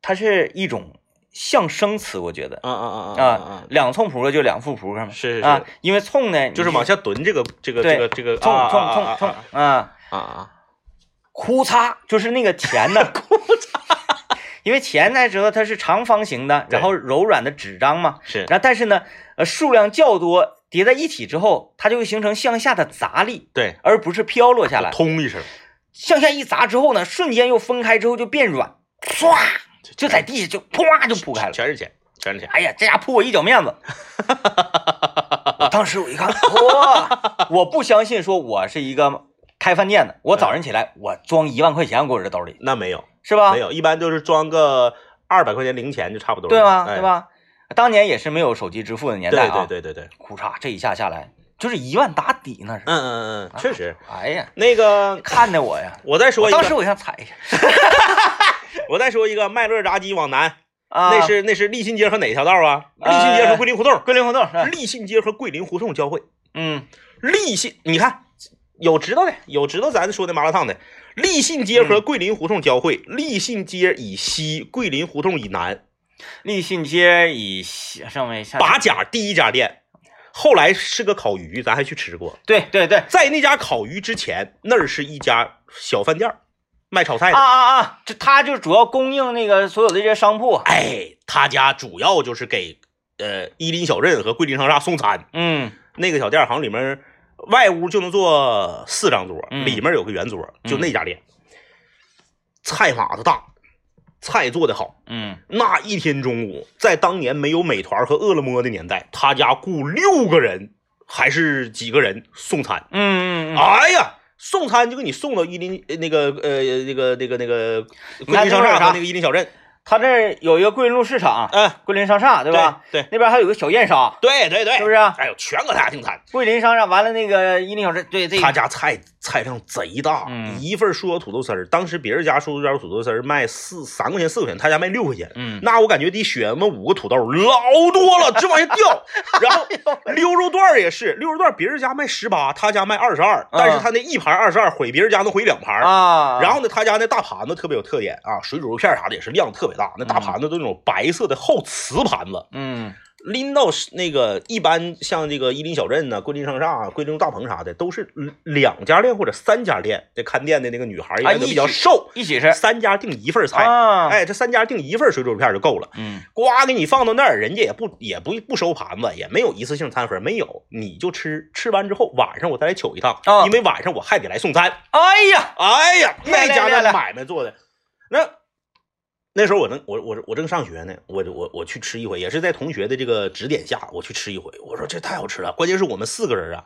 S1: 它是一种象声词，我觉得
S2: 啊啊啊
S1: 啊，！两寸扑克就两副扑克嘛，
S2: 是是
S1: 啊
S2: 是，，
S1: 因为冲呢
S2: 就是往下蹲这个这个
S1: 对
S2: 这个这个
S1: 冲
S2: 啊
S1: 冲
S2: 啊
S1: 冲
S2: 啊
S1: 冲
S2: 啊
S1: 啊，
S2: 啊啊！
S1: 哭嚓，就是那个钱呢，哭嚓，因为钱大家知道它是长方形的，
S2: 对
S1: 然后柔软的纸张嘛，
S2: 是
S1: 然后但是呢，呃，数量较多叠在一起之后，它就会形成向下的砸力，
S2: 对，
S1: 而不是飘落下来。
S2: 通一声，
S1: 向下一砸之后呢，瞬间又分开之后就变软，唰，就在地下就啪就铺开了。
S2: 全是钱，前两天
S1: 哎呀，这家扑我一脚面子。我当时我一看，哇！我不相信说我是一个开饭店的，我早上起来我装一万块钱搁我这兜里，
S2: 那没有
S1: 是吧
S2: 没？有，一般都是装个二百块钱零钱就差不多了，
S1: 对吧？
S2: 哎
S1: 对？吧？当年也是没有手机支付的年代
S2: 对
S1: 啊
S2: 对，对对对，
S1: 裤衩这一下下来就是一万打底那是。
S2: 嗯嗯嗯，确实。
S1: 哎呀，
S2: 那个，
S1: 看的我呀，
S2: 我再 说
S1: 我
S2: 一
S1: 当时
S2: 个，
S1: 我想踩一下
S2: 我再说一个麦乐炸鸡往南，
S1: 啊，哎
S2: 那是那是立新街和哪条道啊？立新街和桂林胡同，
S1: 桂林胡同，是
S2: 立信街和桂林胡同交汇。
S1: 嗯，
S2: 立信，你看有知道的，有知道咱说的麻辣烫的。立信街和桂林胡同交汇，立信街以西，桂林胡同以南。
S1: 立信街以西上面下，
S2: 八甲第一家店，后来是个烤鱼，咱还去吃过。
S1: 对对对，
S2: 在那家烤鱼之前，那儿是一家小饭店儿，卖炒菜的。
S1: 啊啊啊！这他就主要供应那个所有的这些商铺，啊
S2: 哎，他家主要就是给呃伊林小镇和桂林商厦送餐。
S1: 嗯
S2: 那个小店儿好像里面外屋就能坐四张桌，
S1: 嗯
S2: 里面有个圆桌，
S1: 嗯
S2: 就那家店，菜码子大，菜做的好。
S1: 嗯，
S2: 那一天中午，在当年没有美团和饿了么的年代，他家雇六个人还是几个人送餐。
S1: 嗯嗯，嗯，
S2: 哎呀，送餐就给你送到伊林呃那个呃那个那个那个桂
S1: 那
S2: 林商
S1: 那会儿
S2: 厦
S1: 啥
S2: 和那个伊林小镇，
S1: 他这儿有一个桂林路市场，
S2: 嗯，
S1: 桂林商厦，对
S2: 对
S1: 吧？？
S2: 对
S1: 那边还有个小燕莎，
S2: 对对对，
S1: 是不啊是
S2: 哎呦，全搁他家订餐。
S1: 桂林商厦，完了那个伊林小镇，对这
S2: 他
S1: 个，
S2: 家菜菜量贼大，
S1: 嗯
S2: 一份酥油土豆丝儿，当时别人家酥油土豆丝儿卖四三块钱四块钱，他家卖六块钱。
S1: 嗯，
S2: 那我感觉得选么五个土豆儿老多了，直往下 掉。然
S1: 哎
S2: 后溜肉段儿也是，溜肉段儿别人家卖十八，他家卖二十二，但是他那一盘二十二毁别人家能毁两盘儿。
S1: 嗯啊，
S2: 然后呢，他家那大盘子特别有特点啊，水煮肉片儿啥的也是量特别大，那大盘子都是那种白色的厚瓷盘子，
S1: 嗯
S2: 拎到是那个一般像这个伊林小镇呐、桂林商厦、啊、桂林大棚啥的，都是嗯两家店或者三家店。这看店的那个女孩儿一般都比较瘦，
S1: 啊一起吃
S2: 三家订一份菜，
S1: 啊，，
S2: 哎，这三家订一份水煮肉片儿就够了。
S1: 嗯
S2: 呱，给你放到那儿，人家也不也不不收盘子，也没有一次性餐盒，没有，你就吃，吃完之后晚上我再来取一趟，
S1: 啊
S2: 因为晚上我还得来送餐。
S1: 哎呀，
S2: 哎呀，
S1: 来
S2: 那家
S1: 来来
S2: 那买卖做的，那那时候我正我我我正上学呢，我我我去吃一回，也是在同学的这个指点下，我去吃一回。我说这太好吃了，关键是我们四个人啊，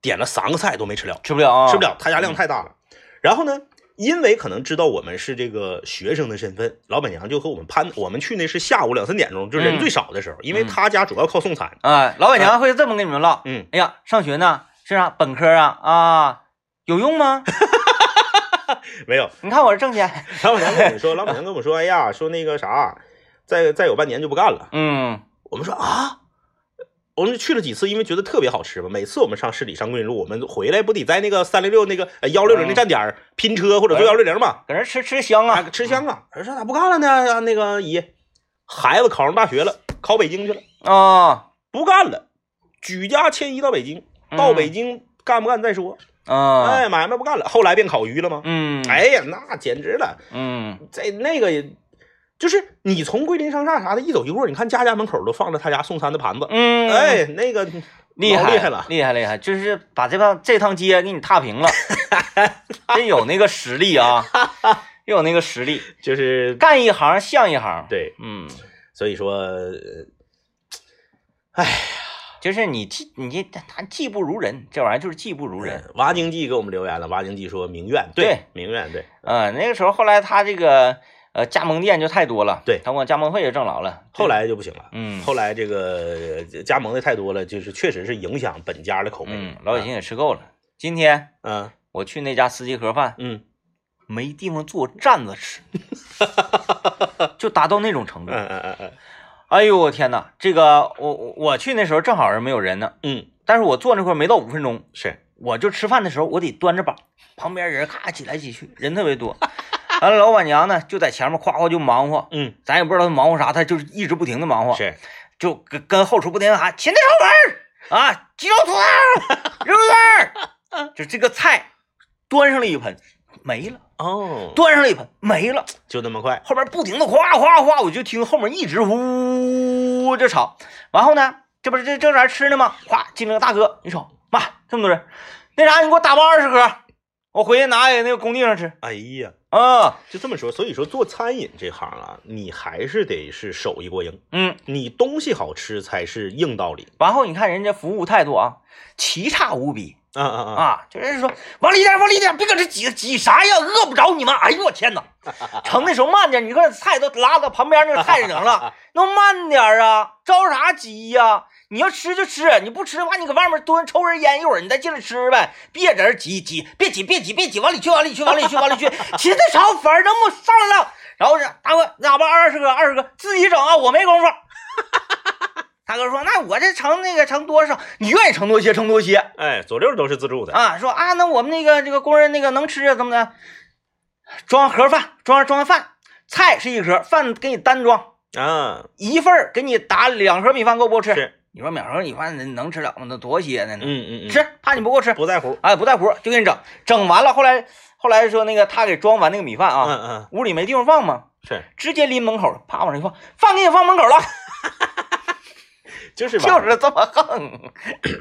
S2: 点了三个菜都没吃了，
S1: 吃不了啊，
S2: 吃不，了，他家量太大了。然后呢，因为可能知道我们是这个学生的身份，老板娘就和我们攀，我们去那是下午两三点钟，就人
S1: 嗯
S2: 最少的时候，因为
S1: 嗯
S2: 他家主要靠送餐。
S1: 哎，老板娘会这么跟你们唠，
S2: 嗯，
S1: 哎呀，上学呢是啊，本科啊啊，有用 吗？
S2: 没有，
S1: 你看我这挣钱，
S2: 老板娘跟 我们说，老板娘跟我们说，哎呀，说那个啥，再再有半年就不干了。
S1: 嗯
S2: 我们说啊，我们去了几次，因为觉得特别好吃嘛。每次我们上市里上桂林路，我们回来不得在那个三零六那个幺六零那站点儿拼车或者坐幺六零嘛，
S1: 搁这吃吃香嗯哎啊
S2: 啊，，吃香啊。他说咋不干了呢？啊那个姨，孩子考上大学了，考北京去了，
S1: 啊，
S2: 不干了，举家迁移到北京，到北京干不干再说。
S1: 嗯啊，
S2: 哎，买卖不干了，后来变烤鱼了吗？
S1: 嗯，
S2: 哎，呀，那简直了，
S1: 嗯
S2: 在那个也。就是你从桂林商厦啥的，一走一过，你看家家门口都放着他家送餐的盘子，
S1: 嗯，，
S2: 哎，那个
S1: 厉
S2: 老
S1: 害
S2: 厉害啊了，
S1: 厉害厉害，就是把这趟这趟街给你踏平 了，真有那个实力啊，有那个实力，
S2: 就是
S1: 干一行像一行。，
S2: 对，
S1: 嗯，
S2: 所以说，呃
S1: 就是你技你这他技不如人，这玩意儿就是技不如人。
S2: 挖经济给我们留言了，挖经济说明苑，
S1: 对
S2: 明苑，对，
S1: 嗯，那个时候后来他这个呃加盟店就太多了，
S2: 对
S1: 他管加盟费也挣老了。
S2: 后来就不行了，
S1: 嗯
S2: 后来这个呃加盟的太多了，就是确实是影响本家的口碑，
S1: 嗯，老百姓也吃够了。今天
S2: 啊，
S1: 我去那家司机盒饭，
S2: 嗯
S1: 没地方坐站着 吃，就达到那种程
S2: 嗯
S1: 度。
S2: 嗯嗯嗯
S1: 哎呦我天哪！这个我我我去那时候正好是没有人呢，
S2: 嗯，
S1: 但是我坐那块儿没到五分钟，
S2: 是，
S1: 我就吃饭的时候我得端着膀，旁边人咔挤来挤去，人特别多。 完了，老板娘呢就在前面夸夸就忙活，
S2: 嗯
S1: 咱也不知道她忙活啥，她就是一直不停的忙活，
S2: 是，
S1: 就跟跟后厨不停的喊芹菜炒粉儿啊，鸡肉土豆，肉圆儿，就这个菜端上了一盆没了，
S2: 哦，
S1: 端上了一盆没了。
S2: 就那么快，
S1: 后边不停的哗哗哗，我就听后面一直呼就吵。然后呢，这不是这正在那吃呢吗？哗，进来个大哥，你瞅，妈，这么多人，那啥，你给我打包二十盒，我回去拿给那个工地上吃
S2: 哎呀，
S1: 啊。
S2: 就这么说，所以说做餐饮这行啊，你还是得是手艺过硬，
S1: 嗯，
S2: 你东西好吃才是硬道理。
S1: 完后你看人家服务态度啊，奇差无比
S2: 啊啊啊！
S1: 啊，就人家说往里点，往里点，别搁这挤挤啥呀，饿不着你们。哎呦我天哪，盛的时候慢点，你看菜都拉到旁边那个菜上了，能慢点啊，着啥急呀、你要吃就吃，你不吃的话，你搁外面蹲抽根烟，一会儿你再进来吃呗，别在这挤挤，别挤别挤别挤，往里去往里去往里去往里去，起子炒粉儿能不上来了？然后是大哥，哪怕二十个二十个自己整啊，我没工夫。大哥说：“那我这盛那个盛多少？你愿意盛多些盛多些
S2: 哎，左溜都是自助的，
S1: 啊？说啊，那我们那个这个工人那个能吃啊，怎么的？装盒饭，装装饭，菜是一盒，饭给你单装
S2: 啊，
S1: 一份儿给你打两盒米饭够不够吃？
S2: 是，
S1: 你说两盒米饭能吃了吗？那多些呢？
S2: 嗯嗯嗯，
S1: 吃怕你不够吃，
S2: 不在乎，
S1: 哎，不在乎就给你整，整完了后来后来说那个他给装完那个米饭啊，
S2: 嗯嗯，
S1: 屋里没地方放嘛，
S2: 是，
S1: 直接拎门口了，啪往上一放，饭给你放门口了，
S2: 就是吧，
S1: 就是这么横。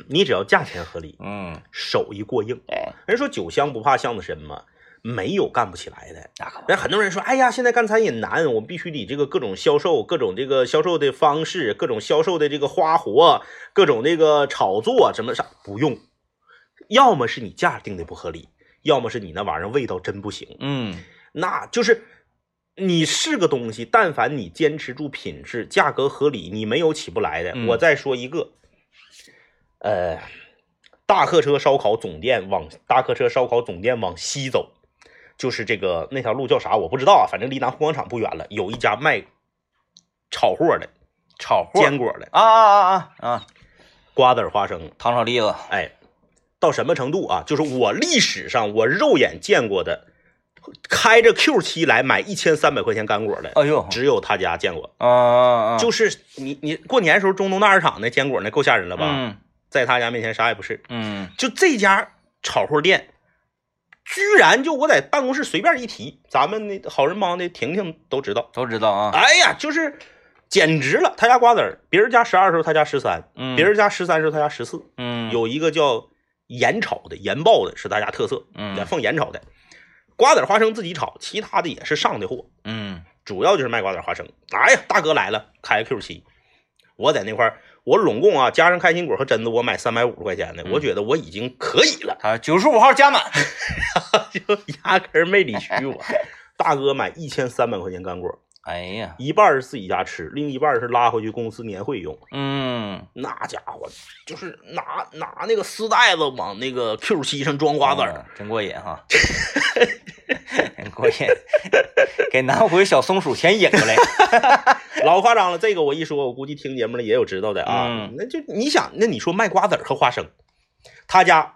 S2: 你只要价钱合理，
S1: 嗯，
S2: 手艺过硬。
S1: 哎，
S2: 人说酒香不怕巷子深嘛，没有干不起来的。
S1: 那可不，
S2: 人很多人说，哎呀，现在干餐饮难，我们必须得这个各种销售，各种这个销售的方式，各种销售的这个花活，各种那个炒作，什么啥不用，要么是你价定的不合理，要么是你那玩意儿味道真不行，
S1: 嗯，
S2: 那就是你是个东西，但凡你坚持住品质，价格合理，你没有起不来的。
S1: 嗯
S2: 我再说一个，呃，大客车烧烤总店往大客车烧烤总店往西走，就是这个那条路叫啥我不知道啊，反正离南湖广场不远了，有一家卖炒货的、
S1: 炒货
S2: 坚果的、
S1: 啊啊啊啊啊！
S2: 瓜子儿花生，
S1: 糖炒栗子，
S2: 哎，到什么程度啊？就是我历史上我肉眼见过的，开着 Q 七来买一千三百块钱干果的，
S1: 哎呦，
S2: 只有他家见过。
S1: 啊啊啊，
S2: 就是你你过年时候中东大市场那坚果那够吓人了吧？
S1: 嗯
S2: 在他家面前啥也不是。
S1: 嗯
S2: 就这家炒货店，居然就我在办公室随便一提，咱们那好人帮的婷婷都知道。
S1: 都知道啊，
S2: 哎呀，就是简直了！他家瓜子儿，别人家十二时候他家十三、
S1: 嗯，
S2: 啊别人家十三时候他家十四。
S1: 嗯
S2: 有一个叫盐炒的、盐爆的，是他家特色，
S1: 嗯
S2: 放盐炒的。瓜子儿花生自己炒，其他的也是上的货，
S1: 嗯
S2: 主要就是卖瓜子儿花生。哎呀，大哥来了，开 Q 七，我在那块儿，我拢共啊加上开心果和榛子，我买三百五十块钱的，我觉得我已经可以了，
S1: 他九十五号加满，
S2: 就压根儿没理屈我。大哥买一千三百块钱干果，
S1: 哎呀，
S2: 一半儿是自己家吃，另一半儿是拉回去公司年会用。
S1: 嗯，
S2: 那家伙就是拿拿那个丝带子往那个 Q 七上装瓜子儿，
S1: 嗯真过瘾哈， 真过瘾，给南回小松鼠钱引过来，
S2: 老夸张了。这个我一说，我估计听节目的也有知道的啊。
S1: 嗯
S2: 那就你想，那你说卖瓜子儿和花生，他家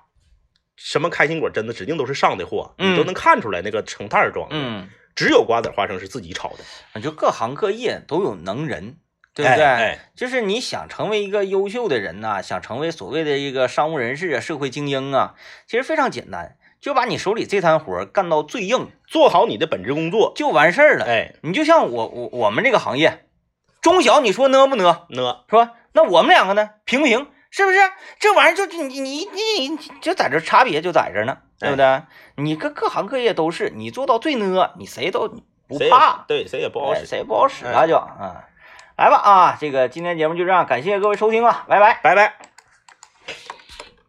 S2: 什么开心果、榛子，指定都是上的货，
S1: 嗯
S2: 你都能看出来那个成袋儿装的。
S1: 嗯，
S2: 只有瓜子儿、花生是自己炒的。
S1: 就各行各业都有能人，对不
S2: 哎
S1: 对？
S2: 哎
S1: 就是你想成为一个优秀的人呐、想成为所谓的一个商务人士啊、社会精英啊，其实非常简单，就把你手里这摊活儿干到最硬
S2: 做好你的本职工作。
S1: 就完事儿了。
S2: 哎，
S1: 你就像我我我们这个行业，中小你说呢不呢？
S2: 那
S1: 是吧？那我们两个呢，平平，是不是？这玩意儿就你你你你就在这差别就在这呢，对不对？
S2: 哎
S1: 你各各行各业都是，你做到最呢，你谁都不
S2: 谁也
S1: 怕，
S2: 对，谁也不好
S1: 哎
S2: 使。
S1: 谁不好使啊就啊，来吧啊，这个今天节目就这样，感谢各位收听啊，拜拜。
S2: 拜拜。